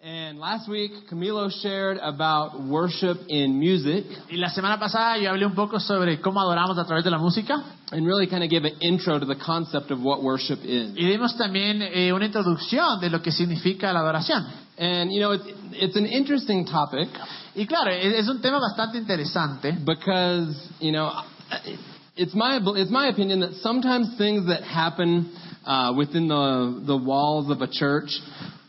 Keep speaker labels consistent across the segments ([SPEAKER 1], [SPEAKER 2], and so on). [SPEAKER 1] And last week, Camilo shared about worship in music
[SPEAKER 2] Y la semana pasada yo hablé un poco sobre cómo adoramos a través de la música
[SPEAKER 1] and really kind of gave an intro to the concept of what worship is.
[SPEAKER 2] y dimos también eh, una introducción de lo que significa la adoración.
[SPEAKER 1] And you know, it's, it's an interesting topic
[SPEAKER 2] Y claro, es, es un tema bastante interesante
[SPEAKER 1] because you know, it's my it's my opinion that sometimes things that happen uh, within the the walls of a church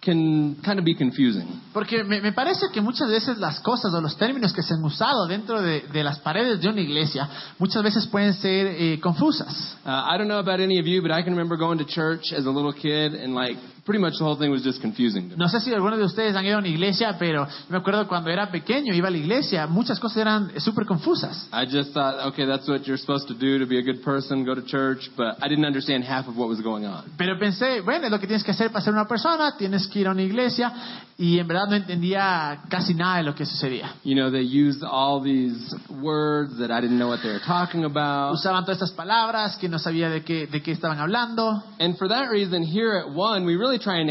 [SPEAKER 1] can kind of be confusing.
[SPEAKER 2] porque me, me parece que muchas veces las cosas o los términos que se han usado dentro de, de las paredes de una iglesia muchas veces pueden ser eh, confusas.
[SPEAKER 1] Uh, I don't know about any of you, but I can remember going to church as a little kid and like pretty much the whole thing was just confusing to me.
[SPEAKER 2] No sé si algunos de ustedes han ido a una iglesia, pero yo me acuerdo cuando era pequeño, iba a la iglesia, muchas cosas eran eh, súper confusas.
[SPEAKER 1] I just thought, okay, that's what you're supposed to do to be a good person, go to church, but I didn't understand half of what was going on.
[SPEAKER 2] Pero pensé, bueno, es lo que tienes que hacer para ser una persona, tienes que ir a una iglesia, y en verdad no entendía casi nada de lo que sucedía.
[SPEAKER 1] You know, they used all these words that I didn't know what they were talking about.
[SPEAKER 2] Usaban todas estas palabras que no sabía de qué, de qué estaban hablando.
[SPEAKER 1] And for that reason, here at One, we really try and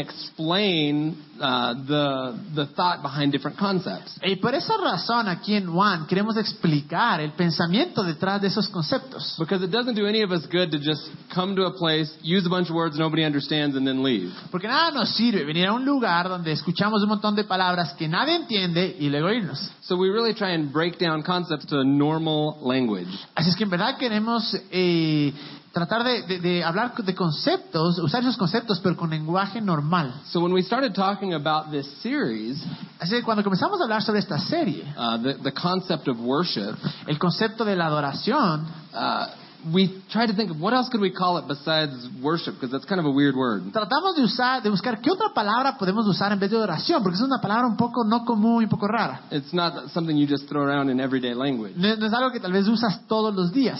[SPEAKER 1] explain uh, the the thought behind different concepts.
[SPEAKER 2] Y por esa razón aquí en One queremos explicar el pensamiento detrás de esos conceptos.
[SPEAKER 1] Because it doesn't do any of us good to just come to a place, use a bunch of words nobody understands, and then leave.
[SPEAKER 2] Porque nada nos sirve venir a un lugar donde escuchamos un montón de palabras que nadie entiende y luego irnos.
[SPEAKER 1] So we really try and break down concepts to normal language.
[SPEAKER 2] Así es que en verdad queremos eh, tratar de, de- de hablar de conceptos, usar esos conceptos, pero con lenguaje normal.
[SPEAKER 1] So when we started talking about this series,
[SPEAKER 2] Así que cuando comenzamos a hablar sobre esta serie,
[SPEAKER 1] uh, the, the concept of worship,
[SPEAKER 2] el concepto de la adoración,
[SPEAKER 1] uh, we tried to think of what else could we call it besides worship, because that's kind of a weird word.
[SPEAKER 2] tratamos de usar, de buscar qué otra palabra podemos usar en vez de adoración, porque es una palabra un poco no común y un poco rara.
[SPEAKER 1] It's not something you just throw around in everyday language.
[SPEAKER 2] No, no es algo que tal vez usas todos los días.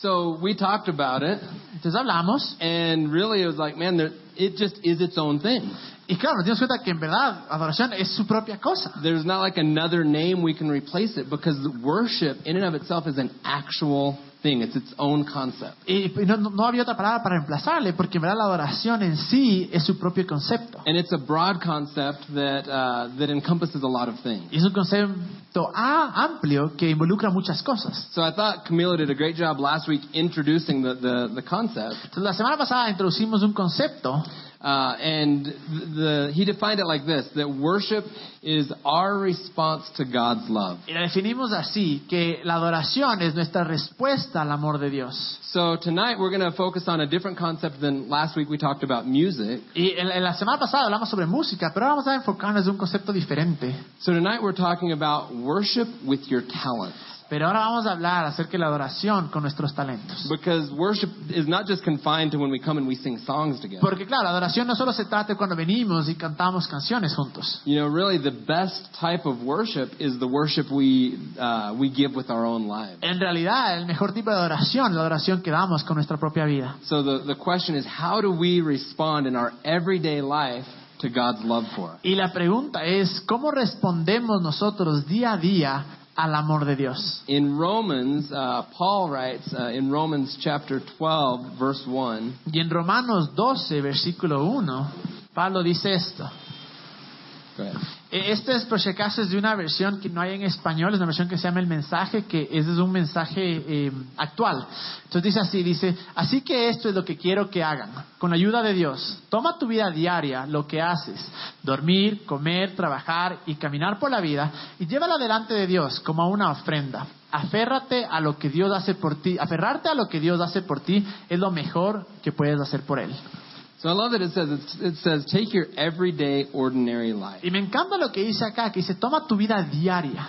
[SPEAKER 1] So we talked about it,
[SPEAKER 2] Entonces hablamos
[SPEAKER 1] and really it was like, man, there, it just is its own thing.
[SPEAKER 2] y claro, nos dimos cuenta que en verdad adoración es su propia cosa.
[SPEAKER 1] There's not like another name we can replace it because worship in and of itself is an actual thing. It's its own concept.
[SPEAKER 2] Y, y no, no- no había otra palabra para reemplazarle, porque en verdad la adoración en sí es su propio concepto.
[SPEAKER 1] And it's a broad concept that, uh, that encompasses a lot of things.
[SPEAKER 2] Y es un concepto a- amplio que involucra muchas cosas.
[SPEAKER 1] So I thought Camilo did a great job last week introducing the, the, the concept.
[SPEAKER 2] Entonces, la semana pasada introducimos un concepto
[SPEAKER 1] Uh, and the, the, he defined it like this that worship is our response to God's love.
[SPEAKER 2] y la definimos así, que la adoración es nuestra respuesta al amor de Dios.
[SPEAKER 1] So tonight we're going to focus on a different concept than last week we talked about music.
[SPEAKER 2] Y en, en la semana pasada hablamos sobre música, pero ahora vamos a enfocarnos en un concepto diferente.
[SPEAKER 1] So tonight we're talking about worship with your talents.
[SPEAKER 2] Pero ahora vamos a hablar acerca de la adoración con nuestros talentos.
[SPEAKER 1] Because worship is not just confined to when we come and we sing songs together.
[SPEAKER 2] Porque claro, la adoración no solo se trata de cuando venimos y cantamos canciones juntos.
[SPEAKER 1] You know, really the best type of worship is the worship we, uh, we give with our own lives.
[SPEAKER 2] En realidad, el mejor tipo de adoración es la adoración que damos con nuestra propia vida.
[SPEAKER 1] So the, the question is how do we respond in our everyday life to God's love for us?
[SPEAKER 2] Y la pregunta es, ¿cómo respondemos nosotros día a día al amor de Dios?
[SPEAKER 1] In Romans, uh, Paul writes uh, in Romans chapter 12, verse 1.
[SPEAKER 2] Y en Romanos 12, versículo 1, Pablo dice esto.
[SPEAKER 1] Go ahead.
[SPEAKER 2] Eh, Este es, por si acaso, es de una versión que no hay en español, es una versión que se llama El Mensaje, que es es un mensaje eh, actual. Entonces dice así, dice, así que esto es lo que quiero que hagan, con la ayuda de Dios. Toma tu vida diaria, lo que haces, dormir, comer, trabajar y caminar por la vida, y llévala delante de Dios como a una ofrenda. Aférrate a lo que Dios hace por ti, aferrarte a lo que Dios hace por ti es lo mejor que puedes hacer por Él.
[SPEAKER 1] So I love that it says it's- it says take your everyday ordinary life,
[SPEAKER 2] Y me encanta lo que dice acá, que dice, toma tu vida diaria.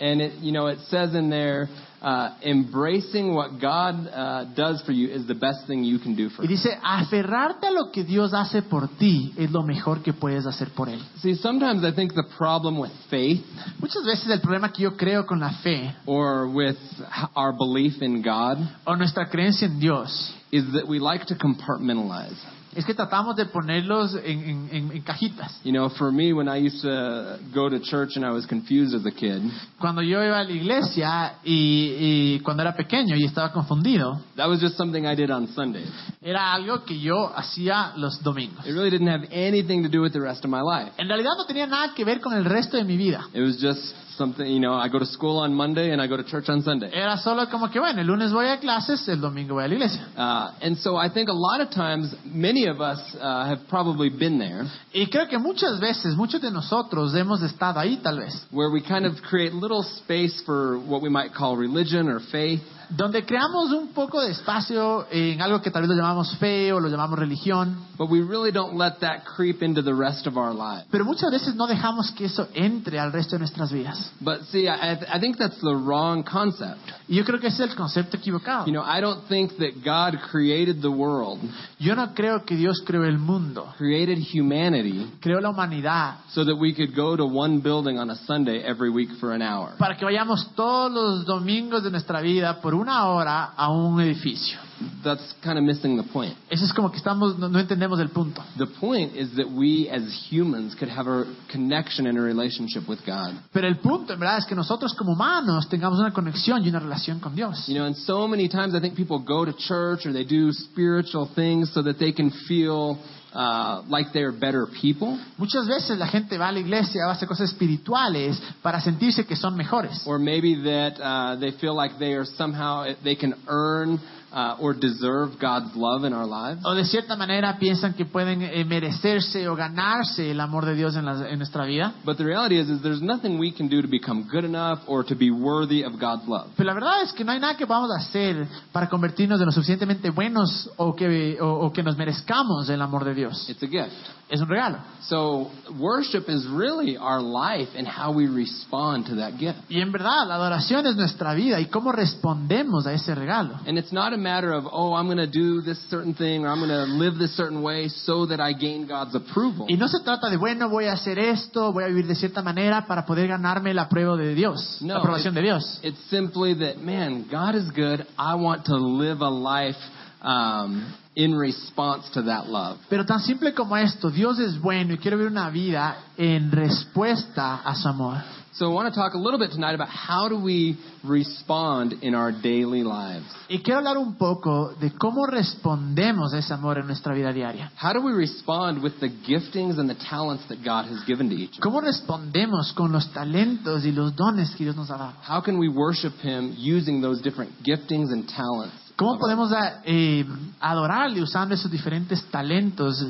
[SPEAKER 1] and it you know it says in there uh, embracing what God uh, does for you is the best thing you can do for.
[SPEAKER 2] Y
[SPEAKER 1] Him.
[SPEAKER 2] dice, aferrarte a lo que Dios hace por ti es lo mejor que puedes hacer por Él.
[SPEAKER 1] See, sometimes I think the problem with faith
[SPEAKER 2] Muchas veces el problema que yo creo con la fe
[SPEAKER 1] or with h- our belief in God
[SPEAKER 2] o nuestra creencia en Dios
[SPEAKER 1] is that we like to compartmentalize.
[SPEAKER 2] es que tratamos de ponerlos en, en- en- en cajitas.
[SPEAKER 1] You know, for me, when I used to go to church and I was confused as a kid,
[SPEAKER 2] Cuando yo iba a la iglesia y, y cuando era pequeño y estaba confundido,
[SPEAKER 1] that was just something I did on Sundays.
[SPEAKER 2] era algo que yo hacía los domingos.
[SPEAKER 1] It really didn't have anything to do with the rest of my life.
[SPEAKER 2] En realidad no tenía nada que ver con el resto de mi vida.
[SPEAKER 1] It was just something, you know, I go to school on Monday and I go to church on Sunday.
[SPEAKER 2] Era solo como que, bueno, el lunes voy a clases, el domingo voy a la iglesia.
[SPEAKER 1] Uh, and so I think a lot of times, many of us uh, have probably been there,
[SPEAKER 2] Y creo que muchas veces, muchos de nosotros hemos estado ahí tal vez,
[SPEAKER 1] where we kind of create little space for what we might call religion or faith,
[SPEAKER 2] donde creamos un poco de espacio en algo que tal vez lo llamamos fe o lo llamamos religión,
[SPEAKER 1] but we really don't let that creep into the rest of our lives.
[SPEAKER 2] pero muchas veces no dejamos que eso entre al resto de nuestras vidas.
[SPEAKER 1] But see, I, I th- I think that's the wrong concept.
[SPEAKER 2] Y yo creo que ese es el concepto equivocado.
[SPEAKER 1] You know, I don't think that God created the world,
[SPEAKER 2] Yo no creo que Dios creó el mundo,
[SPEAKER 1] created humanity,
[SPEAKER 2] creó la humanidad
[SPEAKER 1] so that we could go to one building on a Sunday every week for an hour.
[SPEAKER 2] para que vayamos todos los domingos de nuestra vida por una hora a un edificio.
[SPEAKER 1] That's kind of missing the point.
[SPEAKER 2] Eso es como que estamos, no, no entendemos el punto.
[SPEAKER 1] The point is that we as humans could have a connection and a relationship with God.
[SPEAKER 2] Pero el punto, en verdad, es que nosotros como humanos tengamos una conexión y una relación con Dios.
[SPEAKER 1] You know, and so many times I think people go to church or they do spiritual things so that they can feel uh, like they're better people,
[SPEAKER 2] Muchas veces la gente va a la iglesia, va a hacer cosas espirituales para sentirse que son mejores.
[SPEAKER 1] or maybe that uh, they feel like they are somehow they can earn uh, or deserve God's love in our lives.
[SPEAKER 2] O de cierta manera piensan que pueden eh, merecerse o ganarse el amor de Dios en, la- en nuestra vida.
[SPEAKER 1] But the reality is, is there's nothing we can do to become good enough or to be worthy of God's love.
[SPEAKER 2] Pero la verdad es que no hay nada que podamos hacer para convertirnos de lo suficientemente buenos o que, o- o que nos merezcamos el amor de Dios.
[SPEAKER 1] It's a gift.
[SPEAKER 2] Es un regalo.
[SPEAKER 1] So worship is really our life and how we respond to that gift.
[SPEAKER 2] Y en verdad, la adoración es nuestra vida y cómo respondemos a ese regalo.
[SPEAKER 1] And it's not a matter of, oh, I'm going to do this certain thing or I'm going to live this certain way so that I gain God's approval.
[SPEAKER 2] Y no se trata de, bueno, voy a hacer esto, voy a vivir de cierta manera para poder ganarme la prueba de Dios,
[SPEAKER 1] No,
[SPEAKER 2] la aprobación
[SPEAKER 1] it-
[SPEAKER 2] de Dios.
[SPEAKER 1] It's simply that, man, God is good. I want to live a life um, in response to that love.
[SPEAKER 2] Pero tan simple como esto, Dios es bueno y quiero vivir una vida en respuesta a su amor.
[SPEAKER 1] So I want to talk a little bit tonight about how do we respond in our daily lives.
[SPEAKER 2] Y quiero hablar un poco de cómo respondemos a ese amor en nuestra vida diaria.
[SPEAKER 1] How do we respond with the giftings and the talents that God has given to each of us?
[SPEAKER 2] ¿Cómo respondemos con los talentos y los dones que Dios nos ha dado?
[SPEAKER 1] How can we worship Him using those different giftings and talents?
[SPEAKER 2] ¿Cómo podemos a- eh, adorarle usando esos diferentes talentos?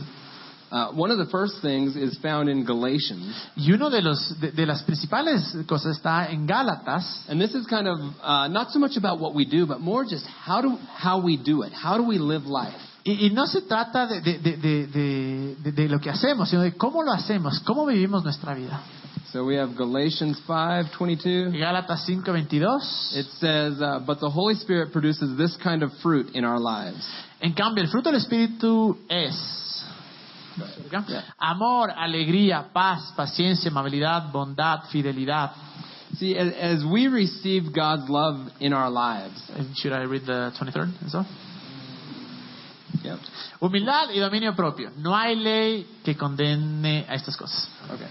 [SPEAKER 1] Uh, one of the first things is found in Galatians.
[SPEAKER 2] Y uno de, los, de, de las principales cosas está en Gálatas,
[SPEAKER 1] And this is kind of uh, not so much about what we do, but more just how do how we do it. How do we live life?
[SPEAKER 2] Y, y no se trata de, de- de- de- de- de- de lo que hacemos, sino de cómo lo hacemos, cómo vivimos nuestra vida.
[SPEAKER 1] So we have Galatians 5:22.
[SPEAKER 2] Gálatas 5:22.
[SPEAKER 1] It says, uh, "But the Holy Spirit produces this kind of fruit in our lives:
[SPEAKER 2] En cambio, el fruto del Espíritu es amor, alegría, paz, paciencia, amabilidad, bondad, fidelidad.
[SPEAKER 1] See, as, as we receive God's love in our lives,
[SPEAKER 2] Should I read the 23rd? Eso.
[SPEAKER 1] yep.
[SPEAKER 2] Humildad y dominio propio. No hay ley que condene a estas cosas.
[SPEAKER 1] Okay.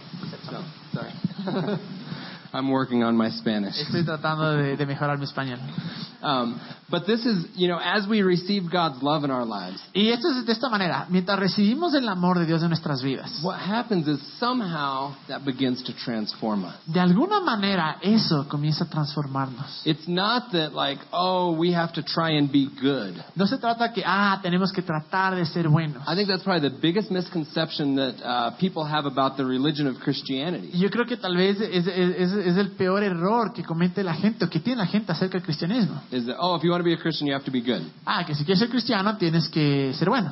[SPEAKER 1] So, sorry. I'm working on my Spanish.
[SPEAKER 2] Estoy tratando de, de mejorar mi español.
[SPEAKER 1] Um, but this is, you know, as we receive God's love in our lives,
[SPEAKER 2] Y esto es de esta manera. Mientras recibimos el amor de Dios en nuestras vidas,
[SPEAKER 1] what happens is somehow that begins to transform us.
[SPEAKER 2] De alguna manera eso comienza a transformarnos.
[SPEAKER 1] It's not that like, oh, we have to try and be good.
[SPEAKER 2] No se trata que, ah, tenemos que tratar de ser buenos.
[SPEAKER 1] I think that's probably the biggest misconception that uh, people have about the religion of Christianity.
[SPEAKER 2] Y Yo creo que tal vez es, es- es el peor error que comete la gente o que tiene la gente acerca del cristianismo.
[SPEAKER 1] Is that oh, if you want to be a Christian, you have to be good.
[SPEAKER 2] Ah, que si quieres ser cristiano tienes que ser bueno.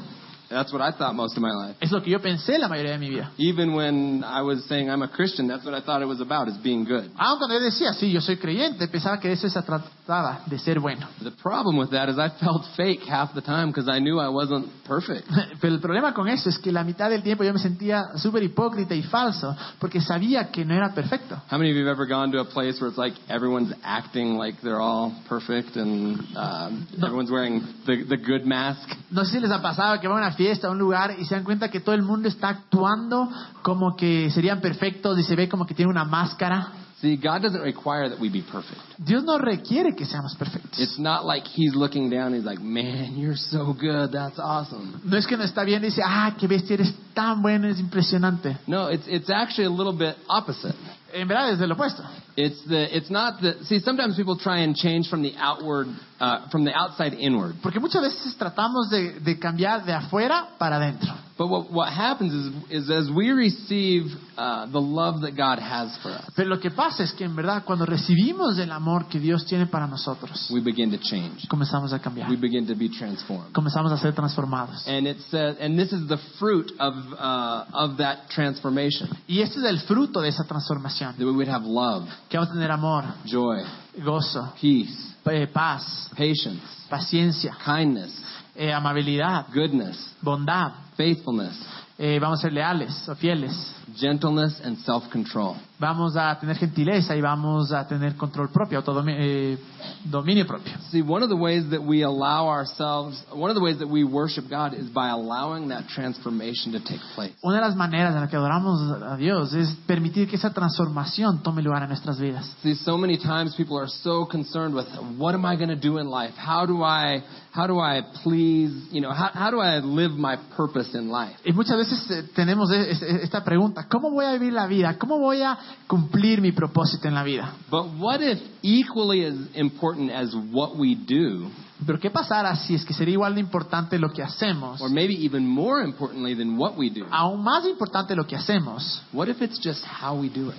[SPEAKER 1] That's what I thought most of my life.
[SPEAKER 2] Es lo que yo pensé la mayoría de mi vida.
[SPEAKER 1] Even when I was saying I'm a Christian, that's what I thought it was about, is being good.
[SPEAKER 2] Aun cuando yo decía, sí, yo soy creyente, pensaba que de eso se, tra- cansada de ser bueno.
[SPEAKER 1] The problem with that is I felt fake half the time because I knew I wasn't perfect.
[SPEAKER 2] Pero el problema con eso es que la mitad del tiempo yo me sentía súper hipócrita y falso porque sabía que no era perfecto.
[SPEAKER 1] How many of you have ever gone to a place where it's like everyone's acting like they're all perfect and um, everyone's wearing the, the good mask?
[SPEAKER 2] No sé si les ha pasado que van a una fiesta, a un lugar y se dan cuenta que todo el mundo está actuando como que serían perfectos y se ve como que tiene una máscara.
[SPEAKER 1] See, God doesn't require that we be perfect.
[SPEAKER 2] Dios no requiere que seamos perfectos.
[SPEAKER 1] It's not like He's looking down and He's like, man, you're so good. That's awesome.
[SPEAKER 2] No es que no está bien y dice, ah, qué bestia, eres tan bueno, es impresionante.
[SPEAKER 1] No, it's, it's actually a little bit opposite.
[SPEAKER 2] En verdad es del opuesto.
[SPEAKER 1] It's the it's not the see sometimes people try and change from the outward uh, from the outside inward.
[SPEAKER 2] Porque muchas veces tratamos de, de cambiar de afuera para adentro.
[SPEAKER 1] But what what happens is is as we receive uh, the love that God has for us,
[SPEAKER 2] Pero lo que pasa es que en verdad cuando recibimos el amor que Dios tiene para nosotros,
[SPEAKER 1] we begin to change.
[SPEAKER 2] comenzamos a cambiar,
[SPEAKER 1] We begin to be transformed.
[SPEAKER 2] comenzamos a ser transformados.
[SPEAKER 1] And it says and this is the fruit of uh, of that transformation
[SPEAKER 2] Y este es el fruto de esa transformación,
[SPEAKER 1] that we would have love,
[SPEAKER 2] que vamos a tener amor,
[SPEAKER 1] joy,
[SPEAKER 2] gozo,
[SPEAKER 1] peace,
[SPEAKER 2] eh, paz,
[SPEAKER 1] patience,
[SPEAKER 2] paciencia,
[SPEAKER 1] kindness,
[SPEAKER 2] eh, amabilidad,
[SPEAKER 1] goodness,
[SPEAKER 2] bondad,
[SPEAKER 1] faithfulness,
[SPEAKER 2] eh, vamos a ser leales o fieles,
[SPEAKER 1] gentleness, and self-control.
[SPEAKER 2] vamos a tener gentileza y vamos a tener control propio, autodomi- eh, dominio propio.
[SPEAKER 1] See, one of the ways that we allow ourselves, one of the ways that we worship God is by allowing that transformation to take place.
[SPEAKER 2] Una de las maneras en la que adoramos a Dios es permitir que esa transformación tome lugar en nuestras vidas.
[SPEAKER 1] See, so many times people are so concerned with what am I going to do in life? How do I, how do I please, you know, how, how do I live my purpose in life?
[SPEAKER 2] Y muchas veces eh, tenemos e- e- esta pregunta, ¿cómo voy a vivir la vida? ¿Cómo voy a cumplir mi propósito en la vida?
[SPEAKER 1] But what if equally as important as what we do,
[SPEAKER 2] Pero ¿qué pasará si es que sería igual de importante lo que hacemos?
[SPEAKER 1] or maybe even more importantly than what we do,
[SPEAKER 2] Aún más importante lo que hacemos.
[SPEAKER 1] what if it's just how we do it?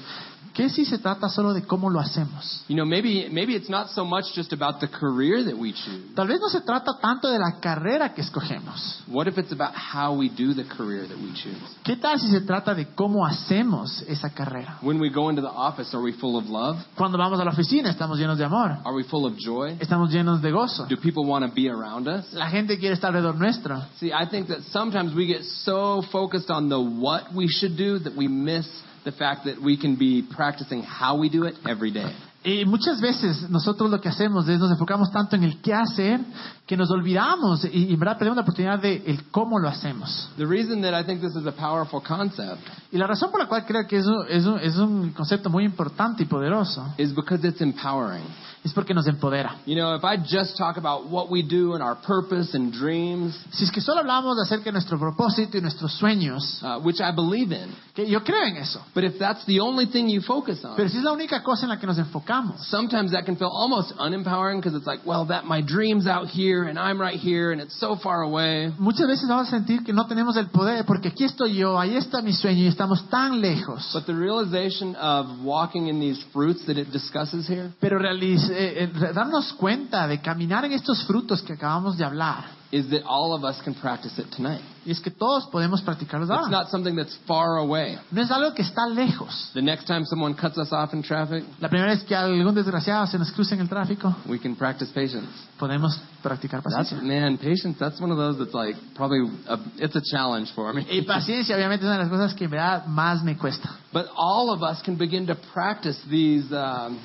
[SPEAKER 2] ¿Qué si se trata solo de cómo lo hacemos?
[SPEAKER 1] You know, maybe maybe it's not so much just about the career that we choose.
[SPEAKER 2] Tal vez no se trata tanto de la carrera que escogemos.
[SPEAKER 1] What if it's about how we do the career that we choose?
[SPEAKER 2] ¿Qué tal si se trata de cómo hacemos esa carrera?
[SPEAKER 1] When we go into the office, are we full of love?
[SPEAKER 2] Cuando vamos a la oficina estamos llenos de amor,
[SPEAKER 1] Are we full of joy?
[SPEAKER 2] estamos llenos de gozo.
[SPEAKER 1] Do people want to be around us?
[SPEAKER 2] La gente quiere estar alrededor nuestro.
[SPEAKER 1] See, I think that sometimes we get so focused on the what we should do that we miss the fact that we can be practicing how we do it every day.
[SPEAKER 2] Y muchas veces nosotros lo que hacemos es nos enfocamos tanto en el qué hacer que nos olvidamos y, y en verdad perdemos la oportunidad de el cómo lo hacemos.
[SPEAKER 1] The reason that I think this is a powerful concept
[SPEAKER 2] Y la razón por la cual creo que eso es un, es un concepto muy importante y poderoso
[SPEAKER 1] is because it's empowering.
[SPEAKER 2] es porque nos empodera.
[SPEAKER 1] You know, if I just talk about what we do and our purpose and dreams,
[SPEAKER 2] Si es que solo hablamos acerca de nuestro propósito y nuestros sueños,
[SPEAKER 1] uh, which I believe in,
[SPEAKER 2] que yo creo en eso,
[SPEAKER 1] But if that's the only thing you focus
[SPEAKER 2] pero
[SPEAKER 1] on,
[SPEAKER 2] si es la única cosa en la que nos enfocamos,
[SPEAKER 1] sometimes that can feel almost unempowering because it's like, well, that my dream's out here and I'm right here and it's so far away.
[SPEAKER 2] muchas veces vamos a sentir que no tenemos el poder porque aquí estoy yo, ahí está mi sueño y estamos tan lejos.
[SPEAKER 1] But the realization of walking in these fruits that it discusses here
[SPEAKER 2] Pero realiz- eh, eh, re- darnos cuenta de caminar en estos frutos que acabamos de hablar,
[SPEAKER 1] is that all of us can practice it tonight.
[SPEAKER 2] y es que todos podemos practicarlos
[SPEAKER 1] It's
[SPEAKER 2] ahora.
[SPEAKER 1] not something that's far away.
[SPEAKER 2] No es algo que está lejos.
[SPEAKER 1] The next time someone cuts us off in traffic,
[SPEAKER 2] La primera vez que algún desgraciado se nos cruce en el tráfico,
[SPEAKER 1] we can practice patience.
[SPEAKER 2] podemos practicar
[SPEAKER 1] That's
[SPEAKER 2] paciencia.
[SPEAKER 1] man, patience. That's one of those that's like probably a, it's a challenge for
[SPEAKER 2] Y
[SPEAKER 1] me.
[SPEAKER 2] paciencia, obviamente, es una de las cosas que en verdad más me cuesta.
[SPEAKER 1] But all of us can begin to practice these um,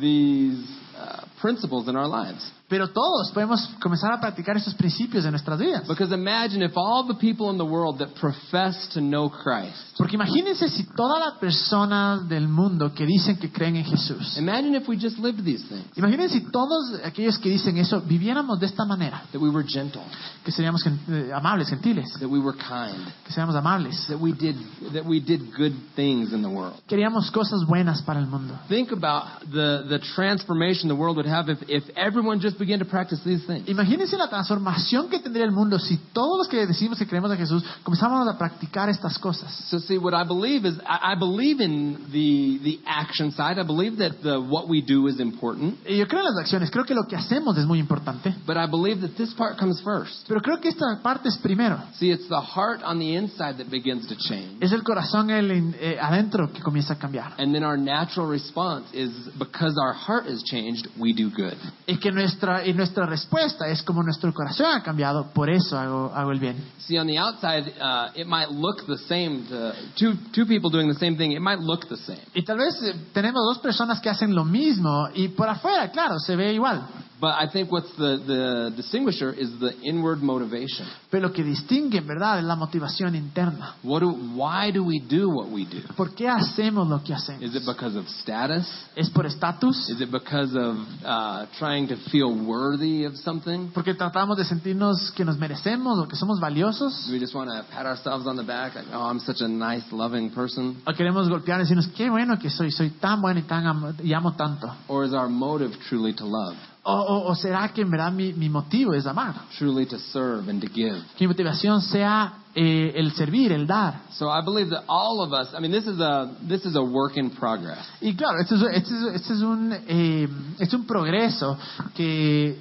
[SPEAKER 1] these uh, principles in our lives.
[SPEAKER 2] Pero todos podemos comenzar a practicar esos principios de nuestras vidas.
[SPEAKER 1] Because imagine if all the people in the world that profess to know Christ,
[SPEAKER 2] Porque imagínense si todas las personas del mundo que dicen que creen en Jesús,
[SPEAKER 1] imagine if we just lived these things,
[SPEAKER 2] imagínense si todos aquellos que dicen eso viviéramos de esta manera.
[SPEAKER 1] that we were gentle,
[SPEAKER 2] que seríamos gen- eh, amables, gentiles,
[SPEAKER 1] that we were kind,
[SPEAKER 2] que seamos amables,
[SPEAKER 1] that we did that we did good things in the world.
[SPEAKER 2] queríamos cosas buenas para el mundo.
[SPEAKER 1] Think about the, the transformation the world would have if, if everyone just just begin to practice these things.
[SPEAKER 2] Imagínense la transformación que tendría el mundo si todos los que decimos que creemos en Jesús comenzáramos a practicar estas cosas.
[SPEAKER 1] So see, what I believe is I, I believe in the the action side. I believe that the what we do is important,
[SPEAKER 2] Y yo creo en las acciones, creo que lo que hacemos es muy importante,
[SPEAKER 1] but I believe that this part comes first.
[SPEAKER 2] pero creo que esta parte es primero.
[SPEAKER 1] See, it's the heart on the inside that begins to change,
[SPEAKER 2] Es el corazón el, in- eh, adentro que comienza a cambiar.
[SPEAKER 1] and then our natural response is because our heart is changed, we do good.
[SPEAKER 2] Es que nuestra, y nuestra respuesta es como nuestro corazón ha cambiado, por eso hago, hago el bien.
[SPEAKER 1] See, on the outside, uh, it might look the same to two two people doing the same thing. It might look the same,
[SPEAKER 2] Y tal vez eh, tenemos dos personas que hacen lo mismo y por afuera, claro, se ve igual.
[SPEAKER 1] but I think what's the the distinguisher is the inward motivation.
[SPEAKER 2] Pero lo que distingue, en verdad, es la motivación interna.
[SPEAKER 1] What do, why do we do what we do?
[SPEAKER 2] ¿Por qué hacemos lo que hacemos?
[SPEAKER 1] Is it because of status?
[SPEAKER 2] ¿Es por estatus?
[SPEAKER 1] Is it because of uh, trying to feel worthy of something?
[SPEAKER 2] ¿Porque tratamos de sentirnos que nos merecemos o que somos valiosos?
[SPEAKER 1] Do we just want to pat ourselves on the back? Like, oh, I'm such a nice, loving person.
[SPEAKER 2] ¿O queremos golpear y decirnos, qué bueno que soy, soy tan bueno y, tan am- y amo tanto?
[SPEAKER 1] Or is our motive truly to love,
[SPEAKER 2] ¿O, o- o será que en verdad mi, mi motivo es amar?
[SPEAKER 1] truly to serve and to give?
[SPEAKER 2] Que mi motivación sea eh, el servir, el dar.
[SPEAKER 1] So I believe that all of us. I mean, this is a this is a work in progress.
[SPEAKER 2] Y claro, este es, este es- este es un, eh, es un progreso que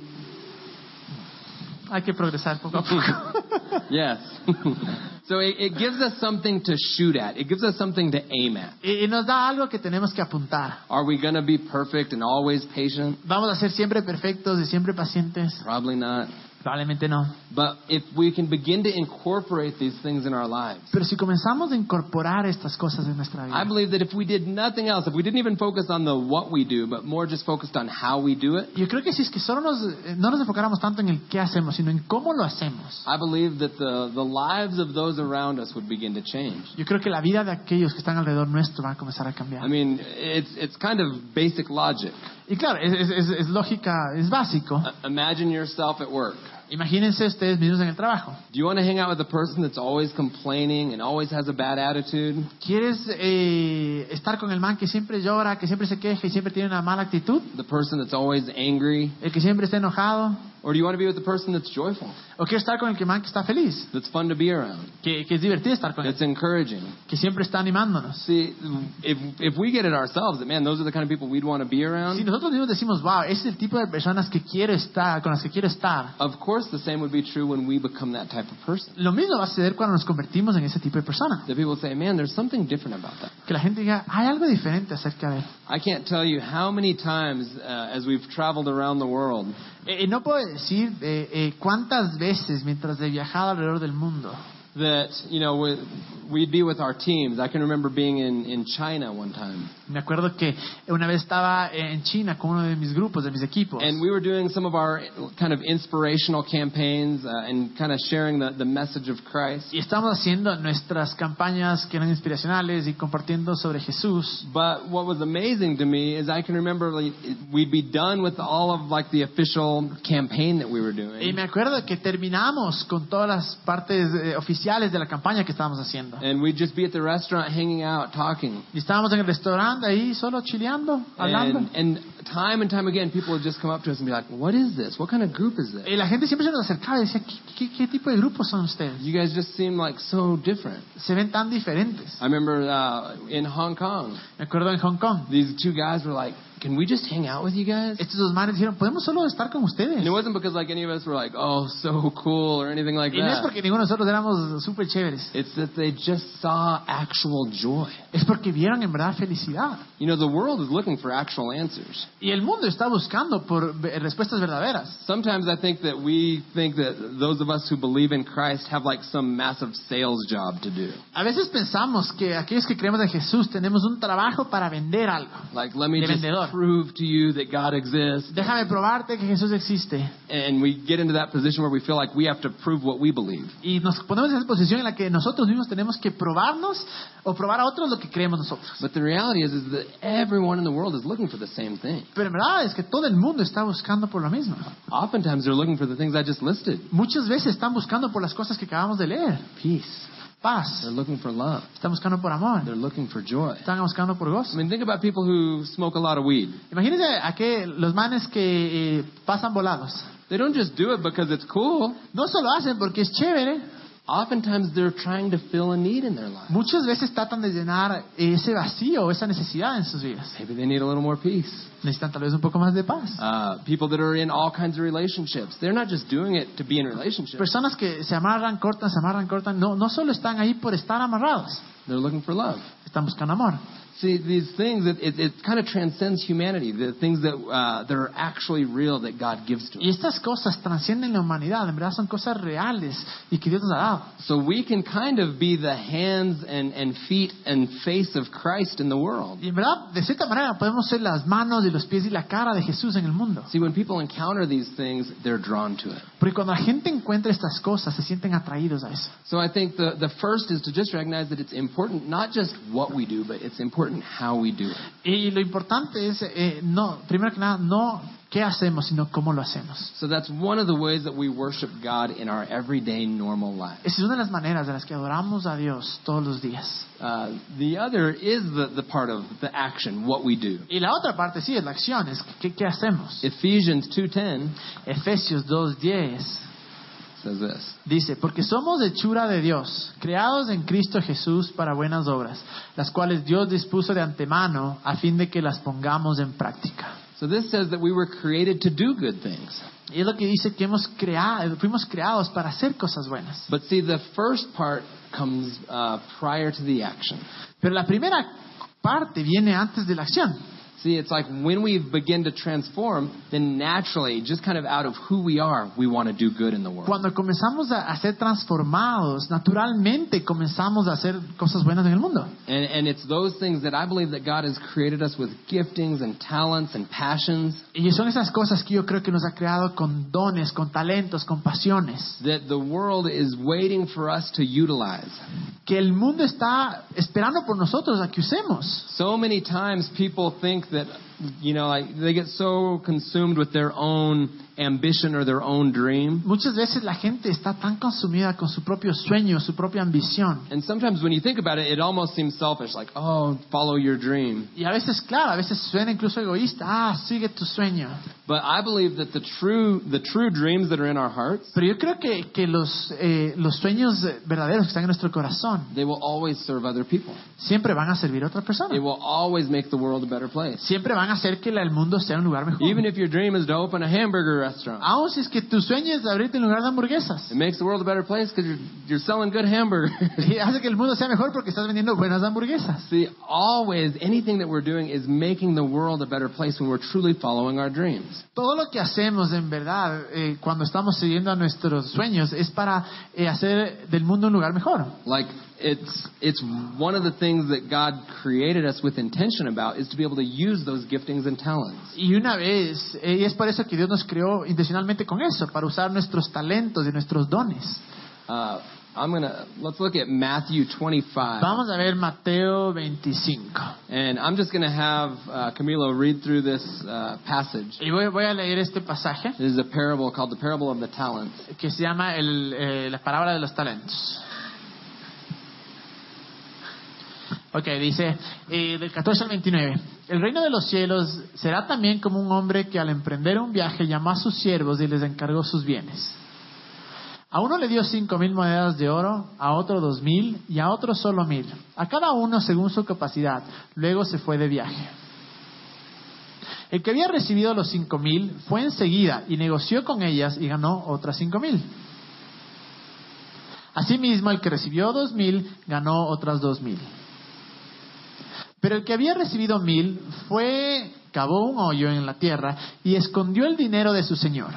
[SPEAKER 2] hay que progresar poco a poco.
[SPEAKER 1] Yes. so it, it gives us something to shoot at. It gives us something to aim at.
[SPEAKER 2] y, y nos da algo que tenemos que apuntar.
[SPEAKER 1] Are we going to be perfect and always patient?
[SPEAKER 2] Vamos a ser siempre perfectos y siempre pacientes.
[SPEAKER 1] Probably not.
[SPEAKER 2] Probablemente no.
[SPEAKER 1] But if we can begin to incorporate these things in our lives,
[SPEAKER 2] Pero si comenzamos a incorporar estas cosas en nuestra
[SPEAKER 1] I
[SPEAKER 2] vida,
[SPEAKER 1] believe that if we did nothing else, if we didn't even focus on the what we do, but more just focused on how we do it,
[SPEAKER 2] yo creo que si es que solo nos, eh, no nos enfocáramos tanto en el qué hacemos, sino en cómo lo hacemos,
[SPEAKER 1] I believe that the, the lives of those around us would begin to change.
[SPEAKER 2] yo creo que la vida de aquellos que están alrededor nuestro va a comenzar a cambiar.
[SPEAKER 1] I mean, it's, it's kind of basic logic.
[SPEAKER 2] Y claro, es, es- es- es lógica, es básico.
[SPEAKER 1] Uh, imagine yourself at work.
[SPEAKER 2] Imagínense ustedes mismos en el trabajo.
[SPEAKER 1] Do you want to hang out with a person that's always complaining and always has a bad attitude?
[SPEAKER 2] ¿Quieres eh, estar con el man que siempre llora, que siempre se queja y siempre tiene una mala actitud?
[SPEAKER 1] The person that's always angry?
[SPEAKER 2] ¿El que siempre está enojado?
[SPEAKER 1] Or do you want to be with the person that's joyful,
[SPEAKER 2] ¿O quieres estar con el que man que está feliz?
[SPEAKER 1] that's fun to be around,
[SPEAKER 2] Que, que es divertido estar con él,
[SPEAKER 1] that's encouraging?
[SPEAKER 2] que siempre está animándonos.
[SPEAKER 1] See, if, if we get it ourselves, that man, those are the kind of people we'd want to be around.
[SPEAKER 2] Si nosotros mismos decimos, wow, ese es el tipo de personas que quiero estar, con las que quiero estar,
[SPEAKER 1] Of course, the same would be true when we become that type of person.
[SPEAKER 2] lo mismo va a suceder cuando nos convertimos en ese tipo de persona.
[SPEAKER 1] That people say, man, there's something different about that.
[SPEAKER 2] Que la gente diga, hay algo diferente acerca de él.
[SPEAKER 1] I can't tell you how many times uh, as we've traveled around the world,
[SPEAKER 2] Eh, eh, no puedo decir eh, eh, cuántas veces mientras he viajado alrededor del mundo
[SPEAKER 1] that, you know, we, we'd be with our teams. I can remember being in, in China one time,
[SPEAKER 2] Me acuerdo que una vez estaba en China con uno de mis grupos, de mis equipos,
[SPEAKER 1] and we were doing some of our kind of inspirational campaigns uh, and kind of sharing the, the message of Christ.
[SPEAKER 2] y estábamos haciendo nuestras campañas que eran inspiracionales y compartiendo sobre Jesús.
[SPEAKER 1] But what was amazing to me is I can remember like, we'd be done with all of like the official campaign that we were doing.
[SPEAKER 2] Y me acuerdo que terminamos con todas las partes eh, oficiales de la campaña que estábamos haciendo.
[SPEAKER 1] And we'd just be at the restaurant hanging out, talking.
[SPEAKER 2] Y estábamos en el restaurante ahí solo chileando, hablando.
[SPEAKER 1] And, and time and time again, people would just come up to us and be like, What is this? What kind of group is this?
[SPEAKER 2] Y la gente siempre se nos acercaba y decía, ¿qué, qué, qué tipo de grupos son ustedes?
[SPEAKER 1] You guys just seem like so different.
[SPEAKER 2] Se ven tan diferentes.
[SPEAKER 1] I remember uh, in Hong Kong,
[SPEAKER 2] Me acuerdo en Hong Kong.
[SPEAKER 1] these two guys were like, Can we just hang out with you guys?
[SPEAKER 2] Estos dos manes dijeron, podemos solo estar con ustedes.
[SPEAKER 1] And it wasn't because like any of us were like, Oh, so cool or anything like
[SPEAKER 2] Y no es
[SPEAKER 1] that.
[SPEAKER 2] porque ninguno de nosotros éramos súper chéveres.
[SPEAKER 1] It's that they just saw actual joy.
[SPEAKER 2] es porque vieron en verdad felicidad.
[SPEAKER 1] You know, the world is looking for actual answers.
[SPEAKER 2] Y el mundo está buscando por ve- respuestas verdaderas.
[SPEAKER 1] Sometimes I think that we think that those of us who believe in Christ have like some massive sales job to do.
[SPEAKER 2] A veces pensamos que aquellos que creemos en Jesús tenemos un trabajo para vender algo.
[SPEAKER 1] Like, let me
[SPEAKER 2] De
[SPEAKER 1] just
[SPEAKER 2] vendedor.
[SPEAKER 1] prove to you that God exists.
[SPEAKER 2] Déjame probarte que Jesús existe.
[SPEAKER 1] And we get into that position where we feel like we have to prove what we believe.
[SPEAKER 2] Y nos ponemos en esa posición en la que nosotros mismos tenemos que probarnos o probar a otros lo que creemos nosotros.
[SPEAKER 1] But the reality is, is that everyone in the world is looking for the same thing.
[SPEAKER 2] Pero en verdad es que todo el mundo está buscando por lo mismo.
[SPEAKER 1] Oftentimes, they're looking for the things I just listed
[SPEAKER 2] Muchas veces están buscando por las cosas que acabamos de leer.
[SPEAKER 1] peace,
[SPEAKER 2] paz.
[SPEAKER 1] They're looking for love.
[SPEAKER 2] Están buscando por amor.
[SPEAKER 1] They're looking for joy.
[SPEAKER 2] Están buscando por
[SPEAKER 1] I
[SPEAKER 2] gozo.
[SPEAKER 1] mean, think about people who smoke a lot of weed.
[SPEAKER 2] Imagínense a que los manes que eh, pasan volados.
[SPEAKER 1] They don't just do it because it's cool.
[SPEAKER 2] No solo hacen porque es chévere,
[SPEAKER 1] Oftentimes, they're trying to fill a need in their life.
[SPEAKER 2] muchas veces tratan de llenar ese vacío, esa necesidad en sus vidas.
[SPEAKER 1] Maybe they need a little more peace.
[SPEAKER 2] Necesitan tal vez un poco más de paz.
[SPEAKER 1] Uh, people that are in all kinds of relationships, they're not just doing it to be in relationships.
[SPEAKER 2] Personas que se amarran, cortan, se amarran, cortan, no, no solo están ahí por estar amarrados,
[SPEAKER 1] They're looking for love.
[SPEAKER 2] están buscando amor.
[SPEAKER 1] See, these things, it, it, it kind of transcends humanity, the things that, uh, that are actually real that God gives to
[SPEAKER 2] Y
[SPEAKER 1] us.
[SPEAKER 2] estas cosas trascienden la humanidad, en verdad son cosas reales y que Dios nos ha dado.
[SPEAKER 1] So we can kind of be the hands and, and feet and face of Christ in the world.
[SPEAKER 2] Y en verdad, de cierta manera, podemos ser las manos y los pies y la cara de Jesús en el mundo.
[SPEAKER 1] See, when people encounter these things, they're drawn to it.
[SPEAKER 2] Porque cuando la gente encuentra estas cosas, se sienten atraídos a eso.
[SPEAKER 1] So I think the, the first is to just recognize that it's important not just what we do, but it's important how we do it.
[SPEAKER 2] Y lo importante es, eh, no, primero que nada, no qué hacemos, sino cómo lo hacemos.
[SPEAKER 1] So that's one of the ways that we worship God in our everyday normal life.
[SPEAKER 2] Esa es una de las maneras de las que adoramos a Dios todos los días.
[SPEAKER 1] Uh, the other is the, the part of the action, what we do.
[SPEAKER 2] Y la otra parte, sí, es la acción, es qué, qué hacemos.
[SPEAKER 1] Ephesians 2.10
[SPEAKER 2] Efesios 2.10
[SPEAKER 1] says this.
[SPEAKER 2] dice, porque somos hechura de Dios, creados en Cristo Jesús para buenas obras, las cuales Dios dispuso de antemano a fin de que las pongamos en práctica.
[SPEAKER 1] So this says that we were created to do good things.
[SPEAKER 2] Y es lo que dice que hemos creado, fuimos creados para hacer cosas buenas.
[SPEAKER 1] But see, the first part comes uh, prior to the action.
[SPEAKER 2] Pero la primera parte viene antes de la acción.
[SPEAKER 1] See, it's like when we begin to transform, then naturally, just kind of out of who we are, we want to do good in the world.
[SPEAKER 2] Cuando comenzamos a, a ser transformados, naturalmente comenzamos a hacer cosas buenas en el mundo.
[SPEAKER 1] And, and it's those things that I believe that God has created us with giftings and talents and passions
[SPEAKER 2] Y son esas cosas que yo creo que nos ha creado con dones, con talentos, con pasiones,
[SPEAKER 1] that the world is waiting for us to utilize.
[SPEAKER 2] que el mundo está esperando por nosotros a que usemos.
[SPEAKER 1] So many times people think that, you know, like they get so consumed with their own ambition or their own dream.
[SPEAKER 2] Muchas veces la gente está tan consumida con su propio sueño, su propia ambición.
[SPEAKER 1] And sometimes when you think about it, it almost seems selfish, like, oh, follow your dream.
[SPEAKER 2] Y a veces, claro, a veces suena incluso egoísta, ah, sigue tu sueño.
[SPEAKER 1] But I believe that the true, the true dreams that are in our hearts,
[SPEAKER 2] Pero yo creo que, que los, eh, los sueños eh, verdaderos que están en nuestro corazón
[SPEAKER 1] they will always serve other people.
[SPEAKER 2] siempre van a servir a otra persona.
[SPEAKER 1] It will always make the world a better place.
[SPEAKER 2] Siempre van a hacer que la- el mundo sea un lugar mejor.
[SPEAKER 1] Even if your dream is to open a hamburger restaurant,
[SPEAKER 2] Aún si es que tu sueño es abrirte un lugar de hamburguesas.
[SPEAKER 1] it makes the world a better place because you're, you're selling good hamburgers.
[SPEAKER 2] Y hace que el mundo sea mejor porque estás vendiendo buenas hamburguesas.
[SPEAKER 1] See, always anything that we're doing is making the world a better place when we're truly following our dreams.
[SPEAKER 2] Todo lo que hacemos, en verdad, eh, cuando estamos siguiendo a nuestros sueños, es para eh, hacer del mundo un lugar mejor.
[SPEAKER 1] Like it's it's one of the things that God created us with intention about is to be able to use those giftings and talents.
[SPEAKER 2] Y una vez, eh, y es por eso que Dios nos creó intencionalmente con eso, para usar nuestros talentos y nuestros dones.
[SPEAKER 1] Uh, I'm gonna let's look at Matthew 25,
[SPEAKER 2] Vamos a ver Mateo 25.
[SPEAKER 1] and I'm just gonna have uh, Camilo read through this uh, passage.
[SPEAKER 2] Y voy, voy a leer este pasaje
[SPEAKER 1] This is a parable called the parable of the talents.
[SPEAKER 2] que se llama el, eh, la parábola de los talentos. Ok, dice eh, del 14 al 29. El reino de los cielos será también como un hombre que al emprender un viaje llamó a sus siervos y les encargó sus bienes. A uno le dio cinco mil monedas de oro, a otro dos mil y a otro solo mil. A cada uno según su capacidad. Luego se fue de viaje. El que había recibido los cinco mil fue enseguida y negoció con ellas y ganó otras cinco mil. Asimismo, el que recibió dos mil ganó otras dos mil. Pero el que había recibido mil fue, cavó un hoyo en la tierra y escondió el dinero de su señor.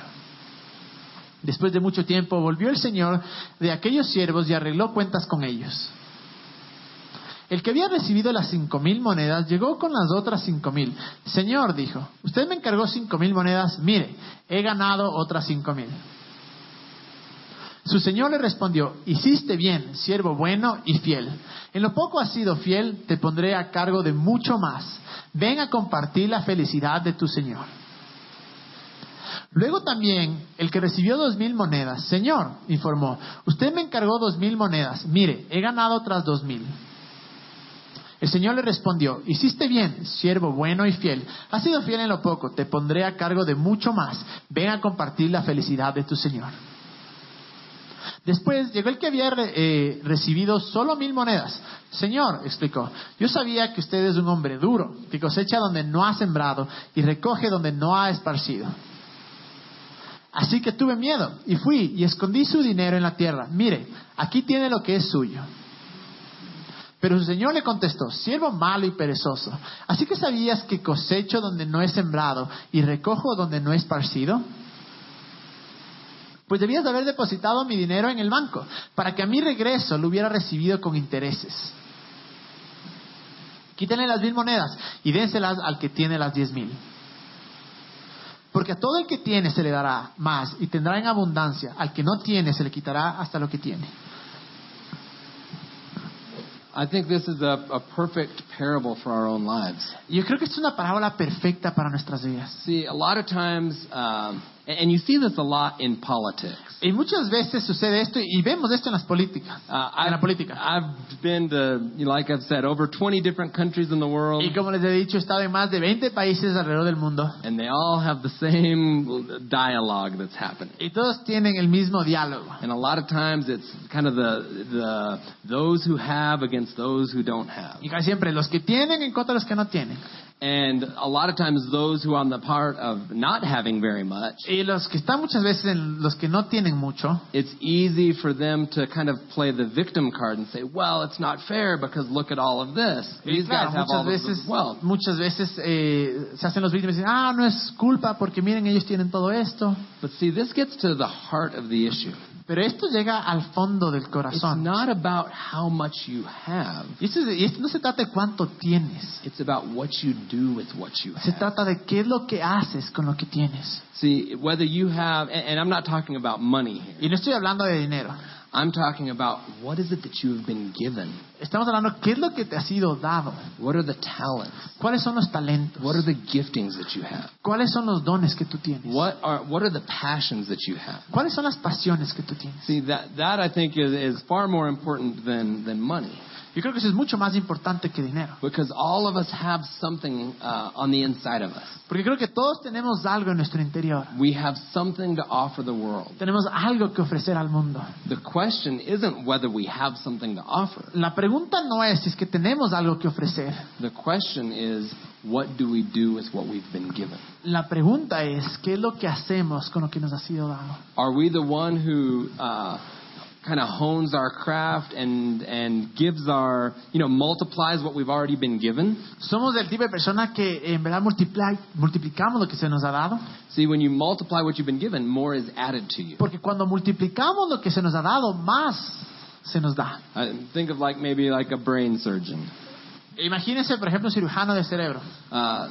[SPEAKER 2] Después de mucho tiempo volvió el señor de aquellos siervos y arregló cuentas con ellos. El que había recibido las cinco mil monedas llegó con las otras cinco mil. Señor, dijo, usted me encargó cinco mil monedas, mire, he ganado otras cinco mil. Su señor le respondió, hiciste bien, siervo bueno y fiel. En lo poco has sido fiel, te pondré a cargo de mucho más. Ven a compartir la felicidad de tu señor. Luego también el que recibió dos mil monedas, Señor, informó, usted me encargó dos mil monedas, mire, he ganado otras dos mil. El Señor le respondió, hiciste bien, siervo bueno y fiel, has sido fiel en lo poco, te pondré a cargo de mucho más, ven a compartir la felicidad de tu Señor. Después llegó el que había eh, recibido solo mil monedas. Señor, explicó, yo sabía que usted es un hombre duro, que cosecha donde no ha sembrado y recoge donde no ha esparcido. Así que tuve miedo y fui y escondí su dinero en la tierra. Mire, aquí tiene lo que es suyo. Pero su señor le contestó, siervo malo y perezoso, ¿así que sabías que cosecho donde no he sembrado y recojo donde no he esparcido? Pues debías haber depositado mi dinero en el banco, para que a mi regreso lo hubiera recibido con intereses. Quítenle las mil monedas y dénselas al que tiene las diez mil. Porque a todo el que tiene se le dará más y tendrá en abundancia, al que no tiene se le quitará hasta lo que tiene.
[SPEAKER 1] I think this is a, a perfect parable for our own lives.
[SPEAKER 2] Yo creo que es una parábola perfecta para nuestras vidas.
[SPEAKER 1] See, a lot of times, um, and and you see this a lot in politics.
[SPEAKER 2] Y muchas veces sucede esto y vemos esto en las políticas,
[SPEAKER 1] Uh, I-
[SPEAKER 2] en la política.
[SPEAKER 1] I've been to, you know, like I've said, over 20 different countries in the world,
[SPEAKER 2] Y como les he dicho, he estado en más de 20 países alrededor del mundo.
[SPEAKER 1] and they all have the same dialogue that's happening.
[SPEAKER 2] Y todos tienen el mismo diálogo.
[SPEAKER 1] And a lot of times it's kind of the, the those who have against those who don't have.
[SPEAKER 2] Y casi siempre los que tienen en contra de los que no tienen.
[SPEAKER 1] And a lot of times those who are on the part of not having very much,
[SPEAKER 2] Y los que están muchas veces en los que no tienen mucho,
[SPEAKER 1] it's easy for them to kind of play the victim card and say, well, it's not fair because look at all of this.
[SPEAKER 2] y
[SPEAKER 1] These
[SPEAKER 2] claro,
[SPEAKER 1] guys have all
[SPEAKER 2] muchas
[SPEAKER 1] this
[SPEAKER 2] veces,
[SPEAKER 1] as well.
[SPEAKER 2] muchas veces eh, se hacen los víctimas y dicen, ah, no es culpa porque miren, ellos tienen todo esto.
[SPEAKER 1] But see, this gets to the heart of the issue.
[SPEAKER 2] Pero esto llega al fondo del
[SPEAKER 1] It's
[SPEAKER 2] corazón.
[SPEAKER 1] not about how much you have.
[SPEAKER 2] Y esto, es- y esto no se trata de cuánto tienes,
[SPEAKER 1] It's about what you do with what you
[SPEAKER 2] se
[SPEAKER 1] have.
[SPEAKER 2] trata de qué es lo que haces con lo que tienes.
[SPEAKER 1] See, whether you have, and, and I'm not talking about money here.
[SPEAKER 2] Y no estoy hablando de dinero,
[SPEAKER 1] I'm talking about what is it that you have been given?
[SPEAKER 2] estamos hablando qué es lo que te ha sido dado,
[SPEAKER 1] What are the talents?
[SPEAKER 2] cuáles son los talentos,
[SPEAKER 1] What are the giftings that you have?
[SPEAKER 2] cuáles son los dones que tú tienes,
[SPEAKER 1] What are what are the passions that you have?
[SPEAKER 2] cuáles son las pasiones que tú tienes.
[SPEAKER 1] See that that I think is, is far more important than than money
[SPEAKER 2] Yo creo que eso es mucho más importante que dinero.
[SPEAKER 1] because all of us have something uh, on the inside of us.
[SPEAKER 2] Porque creo que todos tenemos algo en nuestro interior.
[SPEAKER 1] We have something to offer the world.
[SPEAKER 2] Tenemos algo que ofrecer al mundo.
[SPEAKER 1] The question isn't whether we have something to offer.
[SPEAKER 2] La pregunta no es si es que tenemos algo que ofrecer.
[SPEAKER 1] The question is what do we do with what we've been given?
[SPEAKER 2] La pregunta es qué es lo que hacemos con lo que nos ha sido dado.
[SPEAKER 1] Are we the one who uh, kind of hones our craft and and gives our you know multiplies what we've already been given?
[SPEAKER 2] Somos del tipo de persona que en verdad multipli- multiplicamos lo que se nos ha dado.
[SPEAKER 1] See, when you multiply what you've been given, more is added to you.
[SPEAKER 2] Porque cuando multiplicamos lo que se nos ha dado, más se nos da.
[SPEAKER 1] I think of like maybe like a brain surgeon.
[SPEAKER 2] Imagínense, por ejemplo, un cirujano de cerebro.
[SPEAKER 1] Uh,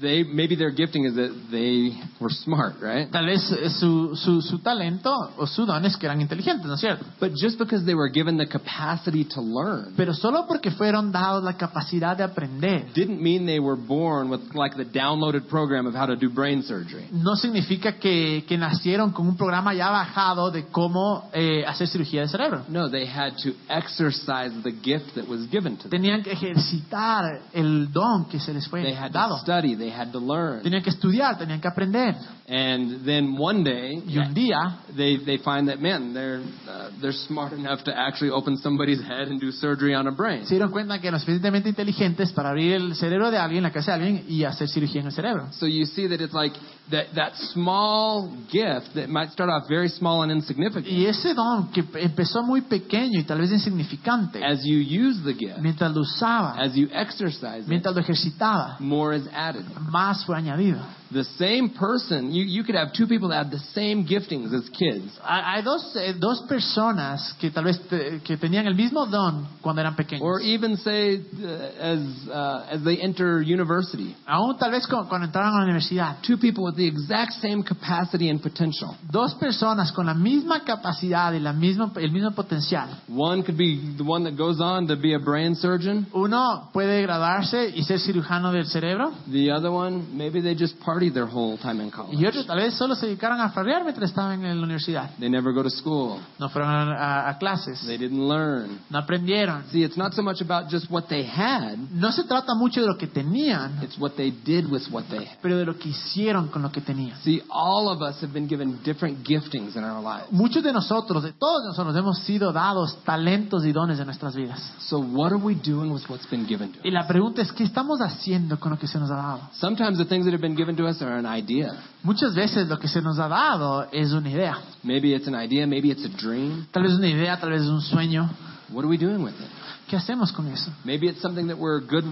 [SPEAKER 1] they maybe their gifting is that they were smart, right?
[SPEAKER 2] Tal vez eh, su, su, su talento o su don es que eran inteligentes, ¿no es cierto?
[SPEAKER 1] But just because they were given the capacity to learn
[SPEAKER 2] Pero solo porque fueron dados la capacidad de aprender,
[SPEAKER 1] didn't mean they were born with like the downloaded program of how to do brain surgery.
[SPEAKER 2] no significa que, que nacieron con un programa ya bajado de cómo eh, hacer cirugía de cerebro.
[SPEAKER 1] No, they had to exercise the gift that was given to them.
[SPEAKER 2] Tenían que ejercitar el don que se les
[SPEAKER 1] They
[SPEAKER 2] fue
[SPEAKER 1] had to
[SPEAKER 2] dado.
[SPEAKER 1] study, they had to learn.
[SPEAKER 2] Tenían que estudiar, tenían que aprender.
[SPEAKER 1] And then one day,
[SPEAKER 2] Y un día
[SPEAKER 1] they they find that man they're uh, they're smart enough to actually open somebody's head and do surgery on a brain.
[SPEAKER 2] se dieron cuenta que eran suficientemente inteligentes para abrir el cerebro de alguien, la cabeza de alguien y hacer cirugía en el cerebro.
[SPEAKER 1] So you see that it's like that that small gift that might start off very small and insignificant.
[SPEAKER 2] Y ese don que empezó muy pequeño y tal vez insignificante,
[SPEAKER 1] As you use the gift,
[SPEAKER 2] mientras lo usaba,
[SPEAKER 1] as you exercise it,
[SPEAKER 2] mientras lo ejercitaba,
[SPEAKER 1] more is added.
[SPEAKER 2] más fue añadido.
[SPEAKER 1] The same person, you you could have two people that have the same giftings as kids,
[SPEAKER 2] Hay hay dos, eh, dos personas que tal vez te- que tenían el mismo don cuando eran pequeños.
[SPEAKER 1] or even say uh, as uh, as they enter university,
[SPEAKER 2] Aún tal vez cu- cuando entraron a la universidad.
[SPEAKER 1] two people with the exact same capacity and potential.
[SPEAKER 2] Dos personas con la misma capacidad y la misma, el mismo potencial.
[SPEAKER 1] One could be the one that goes on to be a brain surgeon.
[SPEAKER 2] Uno puede graduarse y ser cirujano del cerebro.
[SPEAKER 1] The other one, maybe they just partied party their whole time in college.
[SPEAKER 2] Y otros tal vez solo se dedicaron a farrear mientras estaban en la universidad.
[SPEAKER 1] They never go to school.
[SPEAKER 2] No fueron a, a clases.
[SPEAKER 1] They didn't learn.
[SPEAKER 2] No aprendieron.
[SPEAKER 1] See, it's not so much about just what they had,
[SPEAKER 2] No se trata mucho de lo que tenían,
[SPEAKER 1] it's what they did with what they had.
[SPEAKER 2] pero de lo que hicieron con lo que tenían.
[SPEAKER 1] See, all of us have been given different giftings in our lives.
[SPEAKER 2] Muchos de nosotros, de todos nosotros, hemos sido dados talentos y dones de nuestras vidas.
[SPEAKER 1] So, what are we doing with what's been given to us?
[SPEAKER 2] Y la pregunta es, ¿qué estamos haciendo con lo que se nos ha dado?
[SPEAKER 1] Sometimes the things that have been given to us are an idea.
[SPEAKER 2] Muchas veces lo que se nos ha dado es una idea.
[SPEAKER 1] Maybe it's an idea, maybe it's a dream.
[SPEAKER 2] Tal vez una idea, tal vez un sueño.
[SPEAKER 1] What are we doing with it?
[SPEAKER 2] ¿Qué hacemos con eso?
[SPEAKER 1] Maybe it's something that we're good,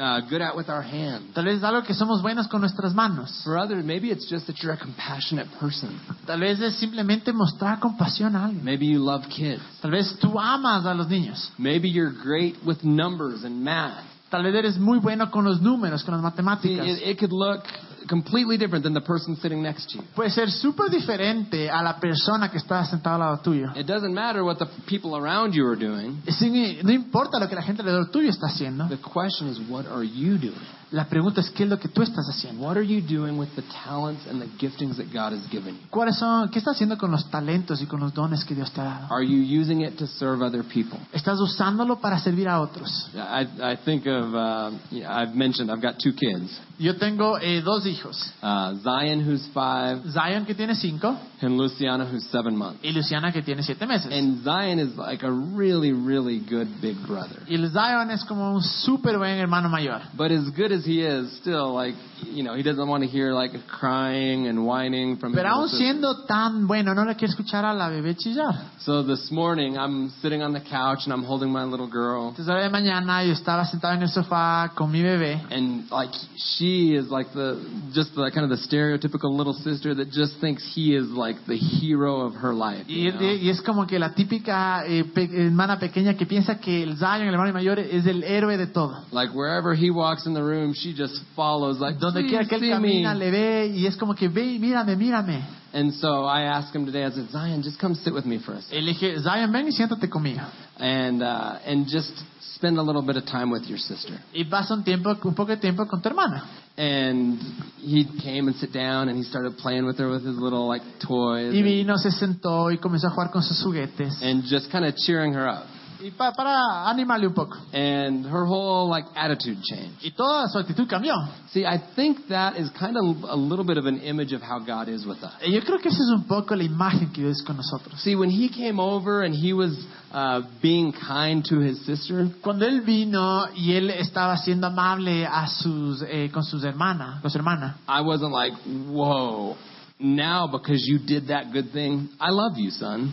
[SPEAKER 1] uh, good at with our hands.
[SPEAKER 2] Tal vez es algo que somos buenos con nuestras manos.
[SPEAKER 1] For others, maybe it's just that you're a compassionate person.
[SPEAKER 2] Tal vez es simplemente mostrar compasión a alguien.
[SPEAKER 1] Maybe you love kids.
[SPEAKER 2] Tal vez tú amas a los niños.
[SPEAKER 1] Maybe you're great with numbers and math.
[SPEAKER 2] Tal vez eres muy bueno con los números, con las
[SPEAKER 1] See,
[SPEAKER 2] matemáticas.
[SPEAKER 1] it, it could look completely different than the person sitting next to you.
[SPEAKER 2] Puede ser súper diferente a la persona que está sentada al lado tuyo.
[SPEAKER 1] It doesn't matter what the people around you are doing.
[SPEAKER 2] Sin- No importa lo que la gente alrededor tuyo está haciendo.
[SPEAKER 1] The question is, what are you doing?
[SPEAKER 2] La pregunta es qué es lo que tú estás haciendo.
[SPEAKER 1] What are you doing with the talents and the giftings that God has given you?
[SPEAKER 2] ¿Cuáles son, ¿Qué estás haciendo con los talentos y con los dones que Dios te ha dado?
[SPEAKER 1] Are you using it to serve other people?
[SPEAKER 2] ¿Estás usándolo para servir a otros?
[SPEAKER 1] I, I think of, uh, yeah, I've mentioned I've got two kids
[SPEAKER 2] Yo tengo eh, dos hijos.
[SPEAKER 1] uh, Zion, who's five,
[SPEAKER 2] Zion que tiene cinco
[SPEAKER 1] and Luciana, who's seven months.
[SPEAKER 2] y Luciana que tiene siete meses.
[SPEAKER 1] And Zion is like a really, really good big brother.
[SPEAKER 2] Y el Zion es como un súper buen hermano mayor.
[SPEAKER 1] But as good as he is, still, like, you know, he doesn't want to hear, like, crying and whining from his
[SPEAKER 2] Pero aún
[SPEAKER 1] little sister.
[SPEAKER 2] siendo tan bueno, no le quiero escuchar a la bebé chillar.
[SPEAKER 1] So this morning, I'm sitting on the couch and I'm holding my little girl.
[SPEAKER 2] Entonces, ahora de mañana yo estaba sentado en el sofá con mi bebé.
[SPEAKER 1] And, like, she is, like, the, just the kind of the stereotypical little sister that just thinks he is, like, the hero of her life.
[SPEAKER 2] Y,
[SPEAKER 1] you know?
[SPEAKER 2] y es como que la típica eh, pe- hermana pequeña que piensa que el Zion, el hermano mayor, es el héroe de todo.
[SPEAKER 1] Like, wherever he walks in the room, she just follows, like,
[SPEAKER 2] Donde
[SPEAKER 1] "Please
[SPEAKER 2] quiera que él
[SPEAKER 1] see
[SPEAKER 2] camina,
[SPEAKER 1] me.
[SPEAKER 2] le ve y es como que ve y mírame, mírame.
[SPEAKER 1] And so I asked him today, I said, Zion, just come sit with me for a second.
[SPEAKER 2] Y le dije, Zion, ven y siéntate conmigo.
[SPEAKER 1] And, uh, and just spend a little bit of time with your sister.
[SPEAKER 2] Y pasa un tiempo, un poco de tiempo con tu hermana.
[SPEAKER 1] And he came and sit down and he started playing with her with his little like toys
[SPEAKER 2] Y vino, se sentó y comenzó a jugar con sus juguetes.
[SPEAKER 1] and just kind of cheering her up.
[SPEAKER 2] Y pa- para animarle un poco.
[SPEAKER 1] And her whole like attitude changed.
[SPEAKER 2] Y toda su actitud cambió.
[SPEAKER 1] See, I think that is kind of a little bit of an image of how God is with us.
[SPEAKER 2] Y Eh, Yo creo que esa es un poco la imagen que Dios es con nosotros.
[SPEAKER 1] See, when he came over and he was uh, being kind to his sister,
[SPEAKER 2] Cuando él vino y él estaba siendo amable a sus, eh, con sus hermanas, con su hermana,
[SPEAKER 1] I wasn't like, whoa, now because you did that good thing, I love you, son.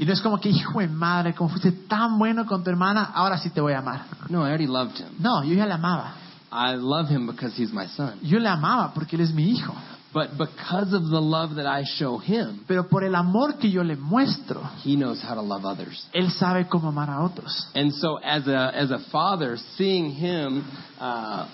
[SPEAKER 2] y no es como que, hijo de madre, como fuiste tan bueno con tu hermana, ahora sí te voy a amar.
[SPEAKER 1] No, I already loved him.
[SPEAKER 2] No, yo ya la amaba.
[SPEAKER 1] I love him because he's my son.
[SPEAKER 2] Yo la amaba porque él es mi hijo.
[SPEAKER 1] But because of the love that I show him,
[SPEAKER 2] Pero por el amor que yo le muestro,
[SPEAKER 1] he knows how to love others.
[SPEAKER 2] él sabe cómo amar a otros.
[SPEAKER 1] And so, as a as a father, seeing him uh,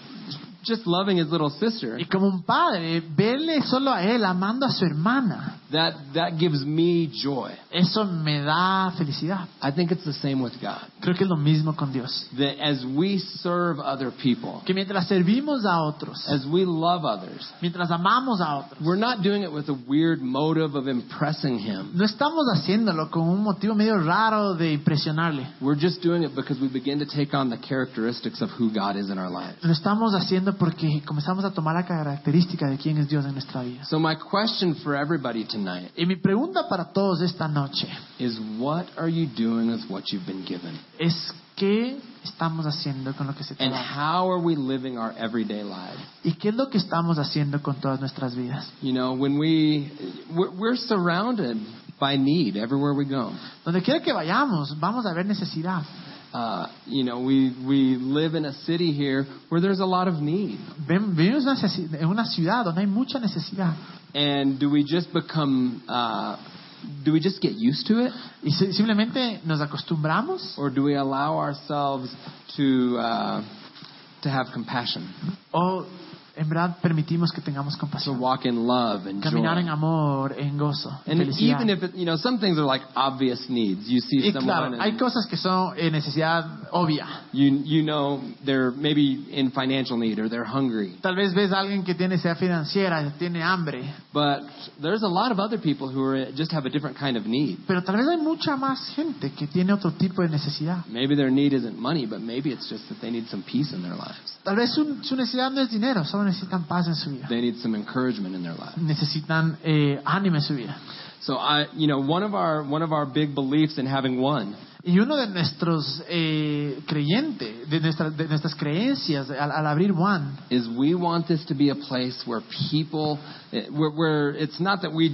[SPEAKER 1] just loving his little sister,
[SPEAKER 2] Y como un padre, verle solo a él amando a su hermana,
[SPEAKER 1] that that gives me joy.
[SPEAKER 2] eso me da felicidad.
[SPEAKER 1] I think it's the same with God.
[SPEAKER 2] Creo que es lo mismo con Dios.
[SPEAKER 1] That as we serve other people,
[SPEAKER 2] Que mientras servimos a otros,
[SPEAKER 1] as we love others,
[SPEAKER 2] mientras amamos a otros,
[SPEAKER 1] we're not doing it with a weird motive of impressing Him.
[SPEAKER 2] no estamos haciéndolo con un motivo medio raro de impresionarle.
[SPEAKER 1] We're just doing it because we begin to take on the characteristics of who God is in our lives.
[SPEAKER 2] Lo estamos haciendo porque comenzamos a tomar la característica de quién es Dios en nuestra vida.
[SPEAKER 1] So my question for everybody tonight
[SPEAKER 2] Y mi pregunta para todos esta noche
[SPEAKER 1] is what are you doing with what you've been given?
[SPEAKER 2] es ¿qué estamos haciendo con lo que se
[SPEAKER 1] And
[SPEAKER 2] trabaja?
[SPEAKER 1] how are we living our everyday lives?
[SPEAKER 2] ¿Y qué es lo que estamos haciendo con todas nuestras vidas?
[SPEAKER 1] You know, when we we're, we're surrounded by need everywhere we go.
[SPEAKER 2] Donde quiera que vayamos, vamos a ver necesidad.
[SPEAKER 1] Uh, you know, we we live in a city here where there's a lot of need.
[SPEAKER 2] Ven- Vivimos en una ciudad- en una ciudad donde hay mucha necesidad.
[SPEAKER 1] And do we just become uh, do we just get used to it,
[SPEAKER 2] Y si- simplemente nos acostumbramos
[SPEAKER 1] or do we allow ourselves to uh, to have compassion?
[SPEAKER 2] o en verdad permitimos que tengamos
[SPEAKER 1] to
[SPEAKER 2] compasión.
[SPEAKER 1] walk in love and
[SPEAKER 2] Caminar en
[SPEAKER 1] joy.
[SPEAKER 2] amor, en gozo,
[SPEAKER 1] And
[SPEAKER 2] en felicidad.
[SPEAKER 1] even if, it, you know, some things are like obvious needs. You see
[SPEAKER 2] Y claro,
[SPEAKER 1] someone
[SPEAKER 2] hay
[SPEAKER 1] and
[SPEAKER 2] cosas que son eh, necesidad obvia.
[SPEAKER 1] you, you know they're maybe in financial need or they're hungry.
[SPEAKER 2] Tal vez ves a alguien que tiene necesidad financiera, tiene hambre,
[SPEAKER 1] But there's a lot of other people who are, just have a different kind of need.
[SPEAKER 2] pero tal vez hay mucha más gente que tiene otro tipo de necesidad.
[SPEAKER 1] Maybe their need isn't money, but maybe it's just that they need some peace in their lives.
[SPEAKER 2] Tal vez su, su necesidad no es dinero, solo necesitan paz en su vida.
[SPEAKER 1] They need some encouragement in their life.
[SPEAKER 2] Necesitan eh, ánimo en su vida.
[SPEAKER 1] So I, you know, one of our one of our big beliefs in having one
[SPEAKER 2] Y uno de nuestros eh, creyentes, de, nuestra- de nuestras creencias al, al abrir One,
[SPEAKER 1] is we want this to be a place where people, eh, where, where it's not that we,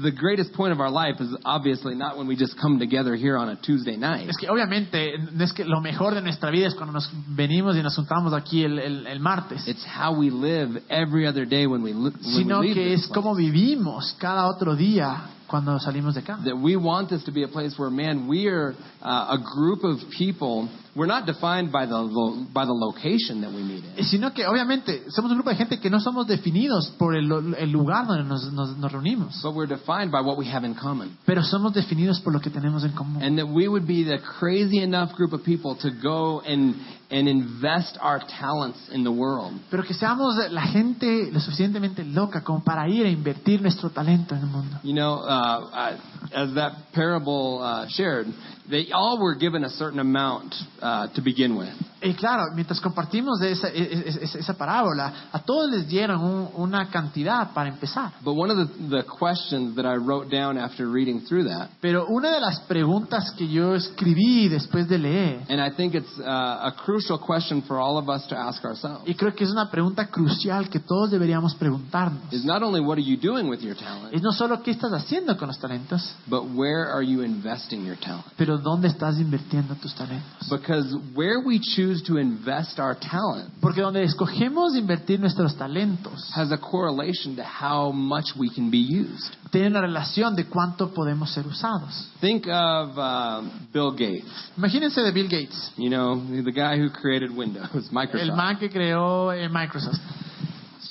[SPEAKER 1] the greatest point of our life is obviously not when we just come together here on a Tuesday night.
[SPEAKER 2] es que obviamente no es que lo mejor de nuestra vida es cuando nos venimos y nos juntamos aquí el, el- el martes,
[SPEAKER 1] It's how we live every other day when we, li- when
[SPEAKER 2] sino
[SPEAKER 1] we leave
[SPEAKER 2] que
[SPEAKER 1] this
[SPEAKER 2] es
[SPEAKER 1] place.
[SPEAKER 2] cómo vivimos cada otro día cuando salimos de acá.
[SPEAKER 1] That we want this to be a place where, man, we are uh, a group of people. We're not defined by the lo- by the location that we meet in.
[SPEAKER 2] Y Sino que obviamente somos un grupo de gente que no somos definidos por el, el lugar donde nos, nos- nos reunimos,
[SPEAKER 1] But we're defined by what we have in common.
[SPEAKER 2] pero somos definidos por lo que tenemos en común.
[SPEAKER 1] And that we would be the crazy enough group of people to go and, and invest our talents in the world.
[SPEAKER 2] Pero que seamos la gente lo suficientemente loca como para ir a invertir nuestro talento en el mundo.
[SPEAKER 1] You know, uh, I, as that parable uh, shared, they all were given a certain amount uh, to begin with.
[SPEAKER 2] Y claro, mientras compartimos de esa, e- e- e- esa parábola, a todos les dieron un- una cantidad para empezar.
[SPEAKER 1] But one of the, the questions that I wrote down after reading through that,
[SPEAKER 2] Pero una de las preguntas que yo escribí después de leer,
[SPEAKER 1] and I think it's uh, a crucial question for all of us to ask ourselves,
[SPEAKER 2] y creo que es una pregunta crucial que todos deberíamos preguntarnos,
[SPEAKER 1] is not only what are you doing with your talent,
[SPEAKER 2] es no solo qué estás haciendo con los talentos,
[SPEAKER 1] but where are you investing your talent?
[SPEAKER 2] pero dónde estás invirtiendo tus talentos.
[SPEAKER 1] Because where we choose to invest our talent
[SPEAKER 2] Porque donde escogemos invertir nuestros talentos,
[SPEAKER 1] has a correlation to how much we can be used.
[SPEAKER 2] tiene una relación de cuánto podemos ser usados.
[SPEAKER 1] Think of um, Bill Gates.
[SPEAKER 2] Imagínense de Bill Gates,
[SPEAKER 1] You know, the guy who created Windows,
[SPEAKER 2] el
[SPEAKER 1] Microsoft.
[SPEAKER 2] man que creó eh, Microsoft,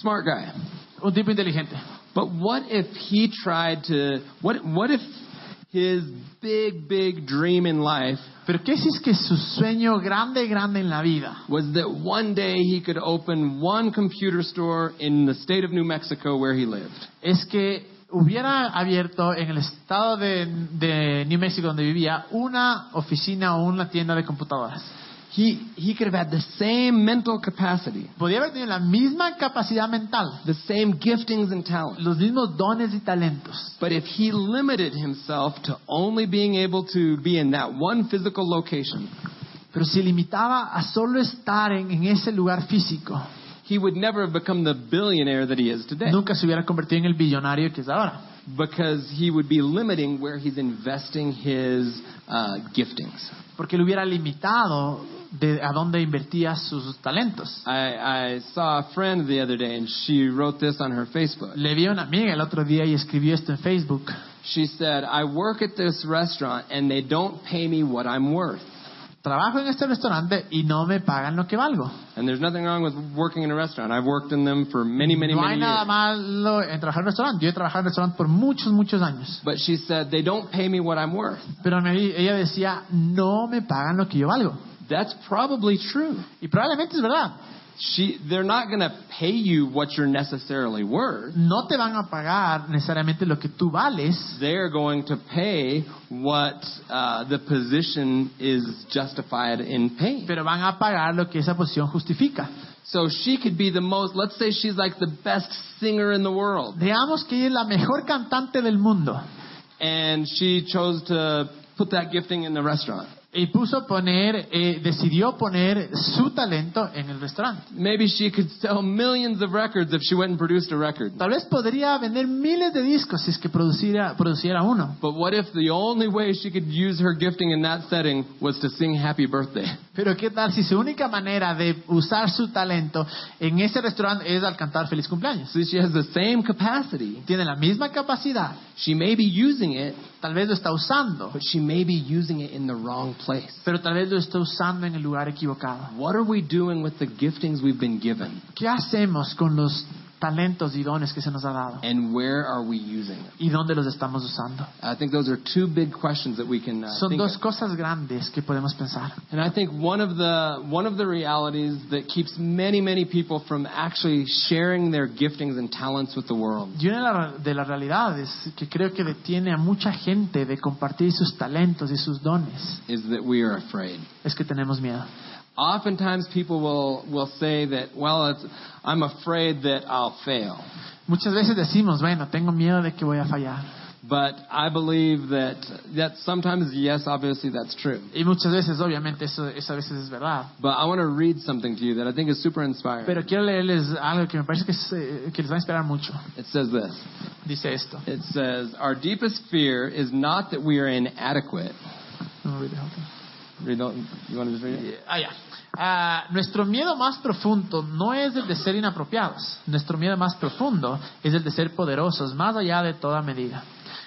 [SPEAKER 1] Smart guy.
[SPEAKER 2] un tipo inteligente.
[SPEAKER 1] But what if he tried to what what if his big big dream in life
[SPEAKER 2] Pero ¿qué si es que su sueño grande, grande en la vida
[SPEAKER 1] was that one day he could open one computer store in the state of New Mexico where he lived.
[SPEAKER 2] es que hubiera abierto en el estado de, de New Mexico donde vivía una oficina o una tienda de computadoras?
[SPEAKER 1] He he could have had the same mental capacity,
[SPEAKER 2] Podía haber tenido la misma capacidad mental,
[SPEAKER 1] the same giftings and talent.
[SPEAKER 2] los mismos dones y talentos.
[SPEAKER 1] But if he limited himself to only being able to be in that one physical location,
[SPEAKER 2] Pero se limitaba a solo estar en, en ese lugar físico.
[SPEAKER 1] he would never have become the billionaire that he is today.
[SPEAKER 2] Nunca se hubiera convertido en el billonario que es ahora.
[SPEAKER 1] because he would be limiting where he's investing his uh, giftings.
[SPEAKER 2] Porque le hubiera limitado de a dónde invertía sus talentos.
[SPEAKER 1] I, I saw a friend the other day, and she wrote this on her Facebook.
[SPEAKER 2] Le vi a una amiga el otro día y escribió esto en Facebook.
[SPEAKER 1] She said, "I work at this restaurant, and they don't pay me what I'm worth."
[SPEAKER 2] Trabajo en este restaurante y no me pagan lo que valgo.
[SPEAKER 1] And there's nothing wrong with working in a restaurant. I've worked in them for many, many,
[SPEAKER 2] No hay
[SPEAKER 1] many
[SPEAKER 2] nada
[SPEAKER 1] years.
[SPEAKER 2] malo en trabajar en un restaurante. Yo he trabajado en un restaurante por muchos, muchos años.
[SPEAKER 1] But she said, "They don't pay me what I'm worth."
[SPEAKER 2] Pero me- ella decía, no me pagan lo que yo valgo.
[SPEAKER 1] That's probably true.
[SPEAKER 2] Y probablemente es verdad.
[SPEAKER 1] She, they're not going to pay you what you're necessarily worth.
[SPEAKER 2] No te van a pagar necesariamente lo que tú vales,
[SPEAKER 1] they're going to pay what uh, the position is justified in paying.
[SPEAKER 2] pero van a pagar lo que esa posición justifica.
[SPEAKER 1] So she could be the most, let's say she's like the best singer in the world,
[SPEAKER 2] Digamos que ella es la mejor cantante del mundo
[SPEAKER 1] and she chose to put that gifting in the restaurant.
[SPEAKER 2] y puso poner, eh, decidió poner su talento en el restaurante.
[SPEAKER 1] Maybe she could sell millions of records if she went and produced a record.
[SPEAKER 2] Tal vez podría vender miles de discos si es que produciera, produciera uno.
[SPEAKER 1] But what if the only way she could use her gifting in that setting was to sing happy birthday?
[SPEAKER 2] Pero qué tal si su única manera de usar su talento en ese restaurante es al cantar feliz cumpleaños.
[SPEAKER 1] So she has the same capacity.
[SPEAKER 2] Tiene la misma capacidad,
[SPEAKER 1] She may be using it,
[SPEAKER 2] Tal vez lo está usando,
[SPEAKER 1] but she may be using it in the wrong place.
[SPEAKER 2] pero tal vez lo está usando en el lugar equivocado.
[SPEAKER 1] What are we doing with the giftings we've been given?
[SPEAKER 2] ¿Qué hacemos con los talentos y dones que se nos ha dado?
[SPEAKER 1] And where are we using them?
[SPEAKER 2] ¿Y dónde los estamos usando?
[SPEAKER 1] I think those are two big questions that we can uh,
[SPEAKER 2] Son
[SPEAKER 1] think
[SPEAKER 2] dos
[SPEAKER 1] of.
[SPEAKER 2] cosas grandes que podemos pensar.
[SPEAKER 1] And I think one of the one of the realities that keeps many many people from actually sharing their giftings and talents with the world
[SPEAKER 2] Y una de la- de las realidades que creo que detiene a mucha gente de compartir sus talentos y sus dones
[SPEAKER 1] is that we are afraid.
[SPEAKER 2] es que tenemos miedo.
[SPEAKER 1] Oftentimes people will will say that well it's, I'm afraid that I'll fail.
[SPEAKER 2] Muchas veces decimos, bueno, tengo miedo de que voy a fallar.
[SPEAKER 1] But I believe that that sometimes yes obviously that's true.
[SPEAKER 2] Y muchas veces, obviamente, eso, eso a veces es verdad.
[SPEAKER 1] But I want to read something to you that I think is super inspiring.
[SPEAKER 2] Pero quiero leerles algo que me parece que, es, eh, que les va a inspirar mucho.
[SPEAKER 1] It says this.
[SPEAKER 2] Dice esto.
[SPEAKER 1] It says our deepest fear is not that we are inadequate.
[SPEAKER 2] No me olvide, ok.
[SPEAKER 1] Read the- you want to just read it?
[SPEAKER 2] Eh, ah, ya. Ah, nuestro miedo más profundo no es el de ser inapropiados. Nuestro miedo más profundo es el de ser poderosos, más allá de toda medida.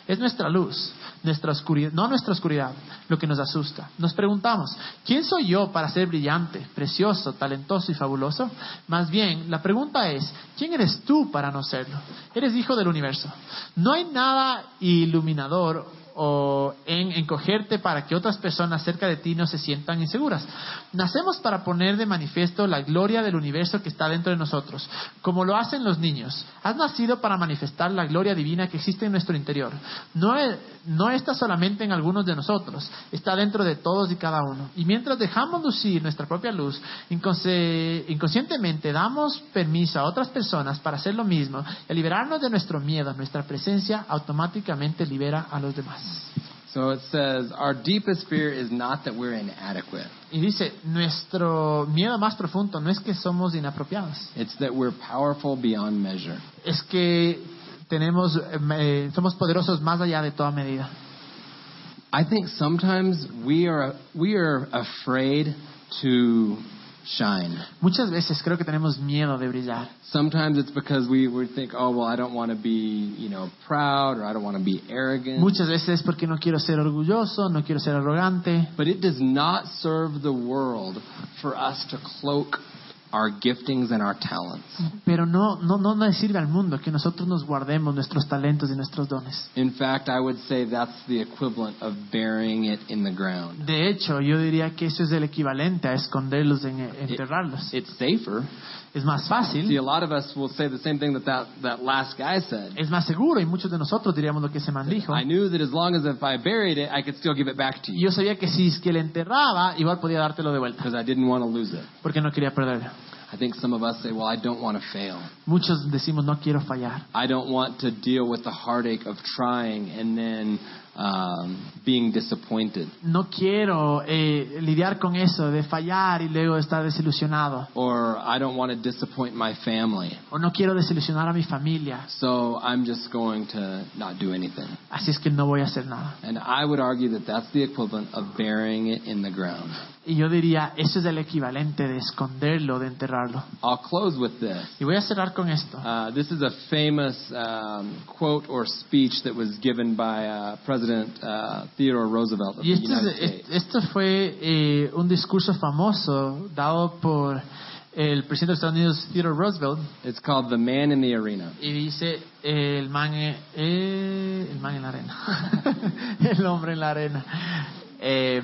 [SPEAKER 2] Es nuestra luz, nuestra oscuridad, no nuestra oscuridad, lo que nos asusta. Nos preguntamos, ¿quién soy yo para ser brillante, precioso, talentoso y fabuloso? Más bien, la pregunta es, ¿quién eres tú para no serlo? Eres hijo del universo. No hay nada iluminador o en encogerte para que otras personas cerca de ti no se sientan inseguras. Nacemos para poner de manifiesto la gloria del universo que está dentro de nosotros, como lo hacen los niños. Has nacido para manifestar la gloria divina que existe en nuestro interior. No, e- no está solamente en algunos de nosotros, está dentro de todos y cada uno. Y mientras dejamos lucir nuestra propia luz, inconsci- inconscientemente damos permiso a otras personas para hacer lo mismo y al liberarnos de nuestro miedo, nuestra presencia automáticamente libera a los demás.
[SPEAKER 1] So it says, Our deepest fear is not that we're inadequate,
[SPEAKER 2] Y dice, nuestro miedo más profundo no es que somos inapropiados,
[SPEAKER 1] it's that we're powerful beyond measure.
[SPEAKER 2] es que tenemos, eh, somos poderosos más allá de toda medida.
[SPEAKER 1] I think sometimes we are, we are afraid to shine.
[SPEAKER 2] Muchas veces creo que tenemos miedo de brillar.
[SPEAKER 1] Sometimes it's because we, we think, oh, well, I don't want to be, you know, proud or I don't want to be arrogant.
[SPEAKER 2] Muchas veces es porque no quiero ser orgulloso, no quiero ser arrogante.
[SPEAKER 1] But it does not serve the world for us to cloak our giftings and our talents.
[SPEAKER 2] Pero no, no, no nos sirve al mundo que nosotros nos guardemos nuestros talentos y nuestros dones.
[SPEAKER 1] In fact, I would say that's the equivalent of burying it in the ground.
[SPEAKER 2] De hecho, yo diría que eso es el equivalente a esconderlos, en, eh, enterrarlos.
[SPEAKER 1] It's safer
[SPEAKER 2] Es más
[SPEAKER 1] See,
[SPEAKER 2] fácil,
[SPEAKER 1] a lot of us will say the same thing that that, that last guy said.
[SPEAKER 2] es más seguro y muchos de nosotros diríamos lo que ese man dijo.
[SPEAKER 1] I knew that as long as if I buried it, I could still give it back to
[SPEAKER 2] Y
[SPEAKER 1] you
[SPEAKER 2] yo sabía que si es que le enterraba, igual podía dártelo de vuelta,
[SPEAKER 1] because I didn't want to lose it.
[SPEAKER 2] porque no quería perderlo.
[SPEAKER 1] I think some of us say, well, I don't want to fail.
[SPEAKER 2] Muchos decimos, no quiero fallar.
[SPEAKER 1] I don't want to deal with the heartache of trying and then um, being disappointed.
[SPEAKER 2] No quiero eh, lidiar con eso de fallar y luego estar desilusionado.
[SPEAKER 1] Or I don't want to disappoint my family.
[SPEAKER 2] O no quiero desilusionar a mi familia,
[SPEAKER 1] So I'm just going to not do anything.
[SPEAKER 2] así es que no voy a hacer nada.
[SPEAKER 1] And I would argue that that's the equivalent of burying it in the ground.
[SPEAKER 2] Y yo diría, eso es el equivalente de esconderlo, de enterrarlo.
[SPEAKER 1] I'll close with this.
[SPEAKER 2] Y voy a cerrar con esto.
[SPEAKER 1] Uh, this is a famous um, quote or speech that was given by uh, President uh, Theodore Roosevelt of the
[SPEAKER 2] Y este,
[SPEAKER 1] United
[SPEAKER 2] es-
[SPEAKER 1] States.
[SPEAKER 2] es- este fue eh, un discurso famoso dado por el presidente de Estados Unidos, Theodore Roosevelt,
[SPEAKER 1] It's called "The Man in the Arena."
[SPEAKER 2] y dice eh, el man eh, eh, el man en la arena el hombre en la arena Eh,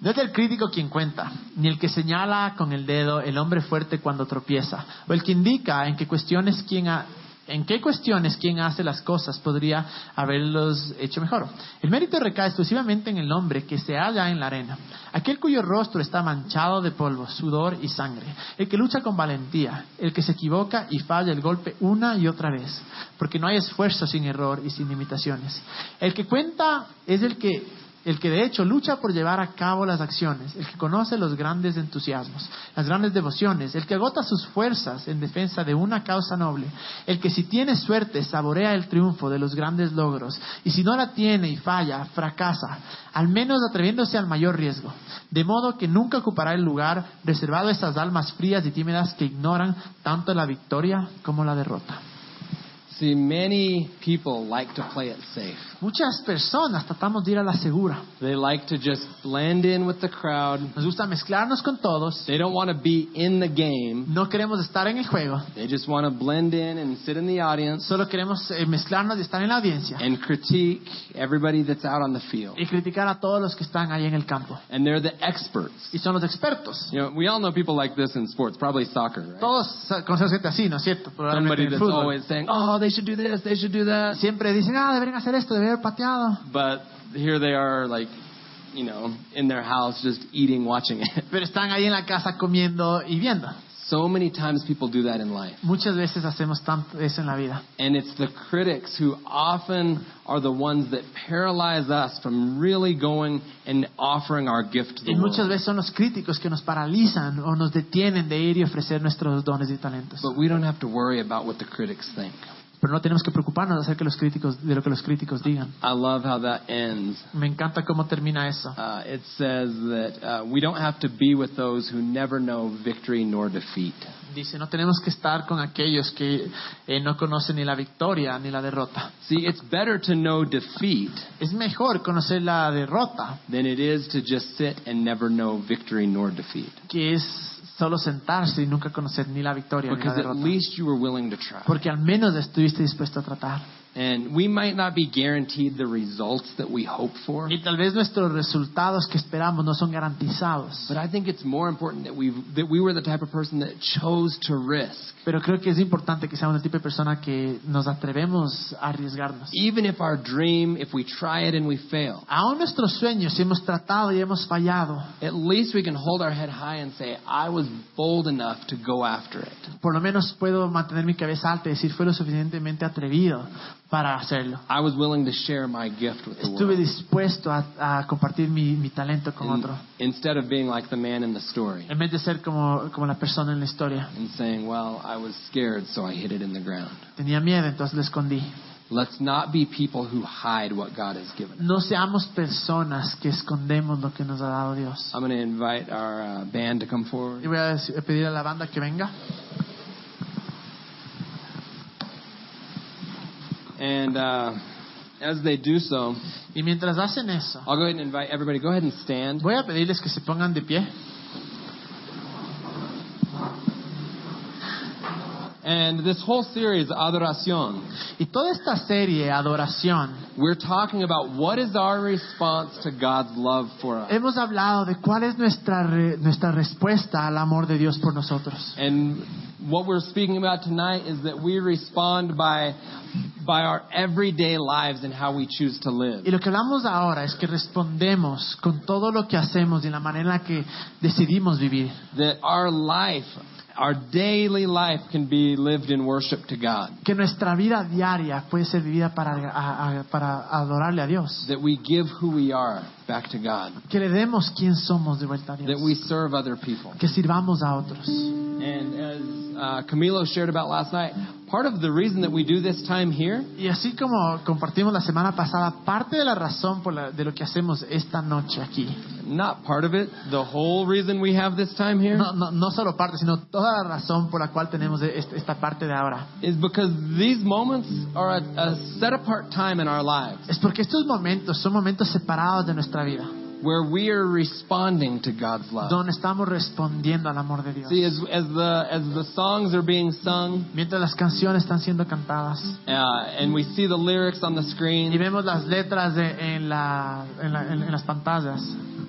[SPEAKER 2] no es el crítico quien cuenta ni el que señala con el dedo el hombre fuerte cuando tropieza o el que indica en qué cuestiones quien ha- en qué cuestiones quien hace las cosas podría haberlos hecho mejor. El mérito recae exclusivamente en el hombre que se halla en la arena, aquel cuyo rostro está manchado de polvo, sudor y sangre, el que lucha con valentía, el que se equivoca y falla el golpe una y otra vez, porque no hay esfuerzo sin error y sin limitaciones. El que cuenta es el que el que de hecho lucha por llevar a cabo las acciones, el que conoce los grandes entusiasmos, las grandes devociones, el que agota sus fuerzas en defensa de una causa noble, el que si tiene suerte saborea el triunfo de los grandes logros y si no la tiene y falla, fracasa, al menos atreviéndose al mayor riesgo, de modo que nunca ocupará el lugar reservado a esas almas frías y tímidas que ignoran tanto la victoria como la derrota.
[SPEAKER 1] See, many people like to play it safe.
[SPEAKER 2] Muchas personas tratamos de ir a la segura.
[SPEAKER 1] They like to just blend in with the crowd.
[SPEAKER 2] Nos gusta mezclarnos con todos.
[SPEAKER 1] They don't want to be in the game.
[SPEAKER 2] No queremos estar en el juego.
[SPEAKER 1] They just want to blend in and sit in the audience
[SPEAKER 2] Solo queremos eh, mezclarnos y estar en la audiencia.
[SPEAKER 1] and critique everybody that's out on the field.
[SPEAKER 2] Y criticar a todos los que están ahí en el campo.
[SPEAKER 1] And they're the experts.
[SPEAKER 2] Y son los expertos.
[SPEAKER 1] You know, we all know people like this in sports, probably soccer, right?
[SPEAKER 2] Todos conocemos gente así, ¿no es cierto? Probablemente
[SPEAKER 1] Somebody
[SPEAKER 2] en el
[SPEAKER 1] that's
[SPEAKER 2] fútbol.
[SPEAKER 1] always saying, "Oh, they should do this, they should do that,"
[SPEAKER 2] Siempre dicen, ah, deberían hacer esto, deberían haber pateado.
[SPEAKER 1] but here they are, like, you know, in their house just eating, watching it.
[SPEAKER 2] Pero están ahí en la casa comiendo y viendo.
[SPEAKER 1] So many times people do that in life.
[SPEAKER 2] Muchas veces hacemos tanto eso en la vida.
[SPEAKER 1] And it's the critics who often are the ones that paralyze us from really going and offering our gift to
[SPEAKER 2] Y
[SPEAKER 1] the
[SPEAKER 2] muchas
[SPEAKER 1] world.
[SPEAKER 2] veces son los críticos que nos paralizan o nos detienen de ir y ofrecer nuestros dones y talentos.
[SPEAKER 1] But we don't have to worry about what the critics think.
[SPEAKER 2] Pero no tenemos que preocuparnos de, hacer que los críticos, de lo que los críticos digan.
[SPEAKER 1] I love how that ends.
[SPEAKER 2] Me encanta cómo termina eso.
[SPEAKER 1] Uh, it says that uh, we don't have to be with those who never know victory nor defeat.
[SPEAKER 2] Dice, no tenemos que estar con aquellos que eh, no conocen ni la victoria ni la derrota.
[SPEAKER 1] See, it's better to know defeat
[SPEAKER 2] Es mejor conocer la derrota
[SPEAKER 1] than it is to just sit and never know victory nor defeat.
[SPEAKER 2] que es solo sentarse y nunca conocer ni la victoria ni la
[SPEAKER 1] Because at
[SPEAKER 2] derrota.
[SPEAKER 1] least you were willing to try.
[SPEAKER 2] Porque al menos estuviste dispuesto a tratar.
[SPEAKER 1] And we might not be guaranteed the results that we hope for,
[SPEAKER 2] Y tal vez nuestros resultados que esperamos no son garantizados.
[SPEAKER 1] but I think it's more important that we that we were the type of person that chose to risk,
[SPEAKER 2] Pero creo que es importante que seamos el tipo de persona que nos atrevemos a arriesgarnos.
[SPEAKER 1] even if our dream, if we try it and we fail.
[SPEAKER 2] Aún nuestros sueños, si hemos tratado y hemos fallado,
[SPEAKER 1] At least we can hold our head high and say, "I was bold enough to go after it.
[SPEAKER 2] por lo menos puedo mantener mi cabeza alta y decir fue lo suficientemente atrevido para hacerlo.
[SPEAKER 1] I was willing to share my gift with the
[SPEAKER 2] Estuve
[SPEAKER 1] world."
[SPEAKER 2] dispuesto a, a compartir mi, mi talento con
[SPEAKER 1] In-
[SPEAKER 2] otro,
[SPEAKER 1] instead of being like the man in the story
[SPEAKER 2] en vez de ser como, como la persona en la historia.
[SPEAKER 1] and saying, "Well, I was scared, so I hid it in the ground."
[SPEAKER 2] Tenía miedo, entonces lo escondí.
[SPEAKER 1] Let's not be people who hide what God has given. us.
[SPEAKER 2] No seamos personas que escondemos lo que nos ha dado Dios.
[SPEAKER 1] I'm going to invite our uh, band to come forward.
[SPEAKER 2] Y voy a dec- a pedir a la banda que venga.
[SPEAKER 1] And uh, as they do so,
[SPEAKER 2] Y mientras hacen eso,
[SPEAKER 1] I'll go ahead and invite everybody. Go ahead and stand.
[SPEAKER 2] voy a pedirles que se pongan de pie.
[SPEAKER 1] And this whole series, Adoración,
[SPEAKER 2] Y toda esta serie, adoración,
[SPEAKER 1] we're talking about what is our response to God's love for us.
[SPEAKER 2] hemos hablado de cuál es nuestra, re- nuestra respuesta al amor de Dios por nosotros.
[SPEAKER 1] And what we're speaking about tonight is that we respond by by our everyday lives and how we choose to live.
[SPEAKER 2] Y lo que hablamos ahora es que respondemos con todo lo que hacemos y la manera en la que decidimos vivir.
[SPEAKER 1] That our life, our daily life, can be lived in worship to God.
[SPEAKER 2] Que nuestra vida diaria puede ser vivida para, a- a- para adorarle a Dios.
[SPEAKER 1] That we give who we are back to God.
[SPEAKER 2] Que le demos quién somos de vuelta a
[SPEAKER 1] That we
[SPEAKER 2] Dios.
[SPEAKER 1] serve other people.
[SPEAKER 2] Que sirvamos a otros.
[SPEAKER 1] And as uh, Camilo shared about last night, part of the reason that we do this time here
[SPEAKER 2] Y así como compartimos la semana pasada, parte de la razón por la- de lo que hacemos esta noche aquí,
[SPEAKER 1] Not part of it. The whole reason we have this time here
[SPEAKER 2] no, no, no solo parte, sino toda la razón por la cual tenemos este- esta parte de ahora,
[SPEAKER 1] is because these moments are a, a set apart time in our lives
[SPEAKER 2] es porque estos momentos son momentos separados de nuestra vida,
[SPEAKER 1] where we are responding to God's love.
[SPEAKER 2] donde estamos respondiendo al amor de Dios.
[SPEAKER 1] See, as, as, the, as the songs are being sung
[SPEAKER 2] Mientras las canciones están siendo cantadas
[SPEAKER 1] uh, and we see the lyrics on the
[SPEAKER 2] y
[SPEAKER 1] screen,
[SPEAKER 2] vemos las letras de- en, la- en la- en- en las pantallas,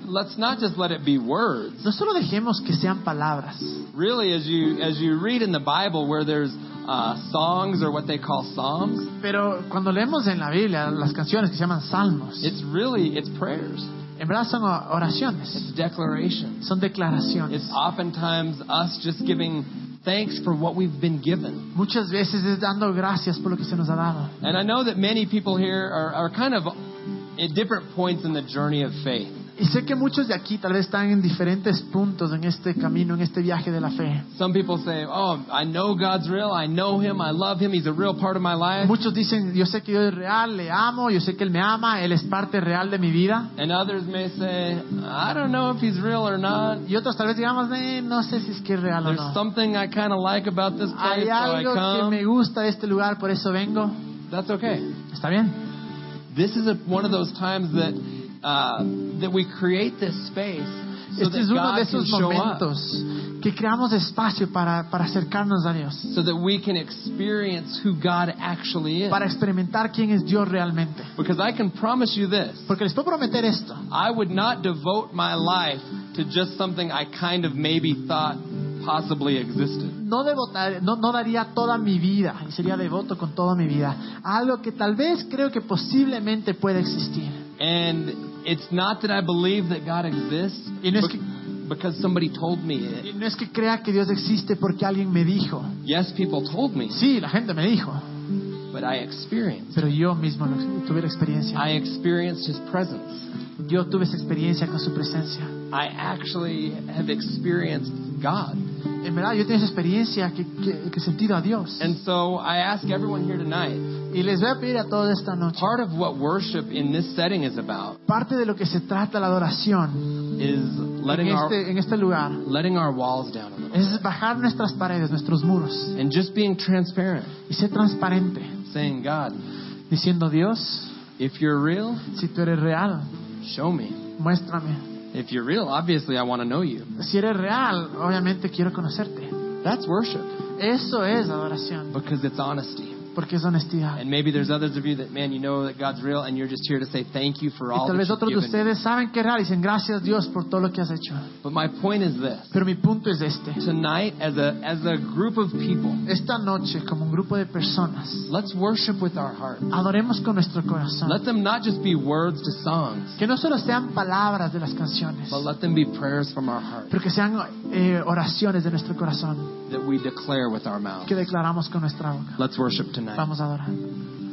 [SPEAKER 1] let's not just let it be words.
[SPEAKER 2] no solo dejemos que sean palabras,
[SPEAKER 1] Really, as you, as you read in the Bible where there's uh, songs or what they call psalms,
[SPEAKER 2] pero cuando leemos en la Biblia las canciones que se llaman salmos,
[SPEAKER 1] it's really, it's prayers.
[SPEAKER 2] en verdad son o- oraciones.
[SPEAKER 1] It's declarations.
[SPEAKER 2] son declaraciones.
[SPEAKER 1] It's oftentimes us just giving thanks for what we've been given.
[SPEAKER 2] Muchas veces es dando gracias por lo que se nos ha dado.
[SPEAKER 1] And I know that many people here are, are kind of at different points in the journey of faith.
[SPEAKER 2] Y Y sé que muchos de aquí tal vez están en diferentes puntos en este camino, en este viaje de la fe.
[SPEAKER 1] Some people say, "Oh, I know God's real. I know Him. I love Him. He's a real part of my life."
[SPEAKER 2] Muchos dicen, yo sé que Dios es real, le amo, yo sé que Él me ama, Él es parte real de mi vida.
[SPEAKER 1] And others may say, "I don't know if He's real or not.
[SPEAKER 2] Y otros tal vez digamos, "Eh, no sé si es que es real o
[SPEAKER 1] There's
[SPEAKER 2] no.
[SPEAKER 1] something I kind of like about this place,
[SPEAKER 2] Hay
[SPEAKER 1] so I
[SPEAKER 2] algo que me
[SPEAKER 1] come."
[SPEAKER 2] gusta de este lugar, por eso vengo.
[SPEAKER 1] That's okay.
[SPEAKER 2] Está bien.
[SPEAKER 1] This is a, one of those times that uh, that we create this space so
[SPEAKER 2] Este
[SPEAKER 1] that
[SPEAKER 2] es uno
[SPEAKER 1] God
[SPEAKER 2] de
[SPEAKER 1] can
[SPEAKER 2] esos
[SPEAKER 1] show up,
[SPEAKER 2] momentos que creamos espacio para, para acercarnos a Dios,
[SPEAKER 1] so that we can experience who God actually is.
[SPEAKER 2] para experimentar quién es Dios realmente.
[SPEAKER 1] Because I can promise you this.
[SPEAKER 2] Porque les puedo prometer esto.
[SPEAKER 1] I would not devote my life to just something I kind of maybe thought possibly existed.
[SPEAKER 2] No, devotar- no, no daría toda mi vida, y sería devoto con toda mi vida, a algo que tal vez creo que posiblemente puede existir.
[SPEAKER 1] And it's not that I believe that God exists
[SPEAKER 2] Y no es
[SPEAKER 1] bec- because somebody told me
[SPEAKER 2] Y
[SPEAKER 1] it.
[SPEAKER 2] no es que crea que Dios existe porque alguien me dijo.
[SPEAKER 1] Yes, people told me,
[SPEAKER 2] Sí, la gente me dijo,
[SPEAKER 1] but I experienced.
[SPEAKER 2] pero yo mismo lo- tuve la experiencia.
[SPEAKER 1] I experienced His presence.
[SPEAKER 2] Yo tuve esa experiencia con su presencia.
[SPEAKER 1] I actually have experienced God.
[SPEAKER 2] En verdad, yo tengo esa experiencia que, que, que he sentido a Dios.
[SPEAKER 1] And so I ask everyone here tonight
[SPEAKER 2] Y les voy a pedir a todos esta noche,
[SPEAKER 1] part of what worship in this setting is about
[SPEAKER 2] parte de lo que se trata la adoración
[SPEAKER 1] is
[SPEAKER 2] en
[SPEAKER 1] letting our,
[SPEAKER 2] este, en este lugar
[SPEAKER 1] letting our walls down a little
[SPEAKER 2] es bajar nuestras paredes, nuestros muros
[SPEAKER 1] and just being transparent.
[SPEAKER 2] y ser transparente,
[SPEAKER 1] saying, God,
[SPEAKER 2] diciendo Dios,
[SPEAKER 1] if you're real,
[SPEAKER 2] si tú eres real,
[SPEAKER 1] show me.
[SPEAKER 2] muéstrame.
[SPEAKER 1] If you're real, obviously I want to know you.
[SPEAKER 2] Si eres real, obviamente quiero conocerte.
[SPEAKER 1] That's worship
[SPEAKER 2] Eso es adoración,
[SPEAKER 1] because it's honesty.
[SPEAKER 2] porque es honestidad.
[SPEAKER 1] And maybe there's others of you that, man, you know that God's real and you're just here to say thank you for
[SPEAKER 2] Y
[SPEAKER 1] all
[SPEAKER 2] tal
[SPEAKER 1] that
[SPEAKER 2] vez otros de
[SPEAKER 1] you've given.
[SPEAKER 2] ustedes saben que es real y dicen gracias Dios por todo lo que has hecho.
[SPEAKER 1] But my point is this.
[SPEAKER 2] Pero mi punto es este.
[SPEAKER 1] Tonight, as a, as a group of people,
[SPEAKER 2] Esta noche, como un grupo de personas,
[SPEAKER 1] let's worship with our heart.
[SPEAKER 2] adoremos con nuestro corazón.
[SPEAKER 1] Let them not just be words to songs,
[SPEAKER 2] Que no solo sean palabras de las canciones,
[SPEAKER 1] but let them be prayers from our heart
[SPEAKER 2] pero que sean eh, oraciones de nuestro corazón
[SPEAKER 1] that we declare with our mouth.
[SPEAKER 2] que declaramos con nuestra boca.
[SPEAKER 1] Let's worship tonight.
[SPEAKER 2] Vamos a adorar.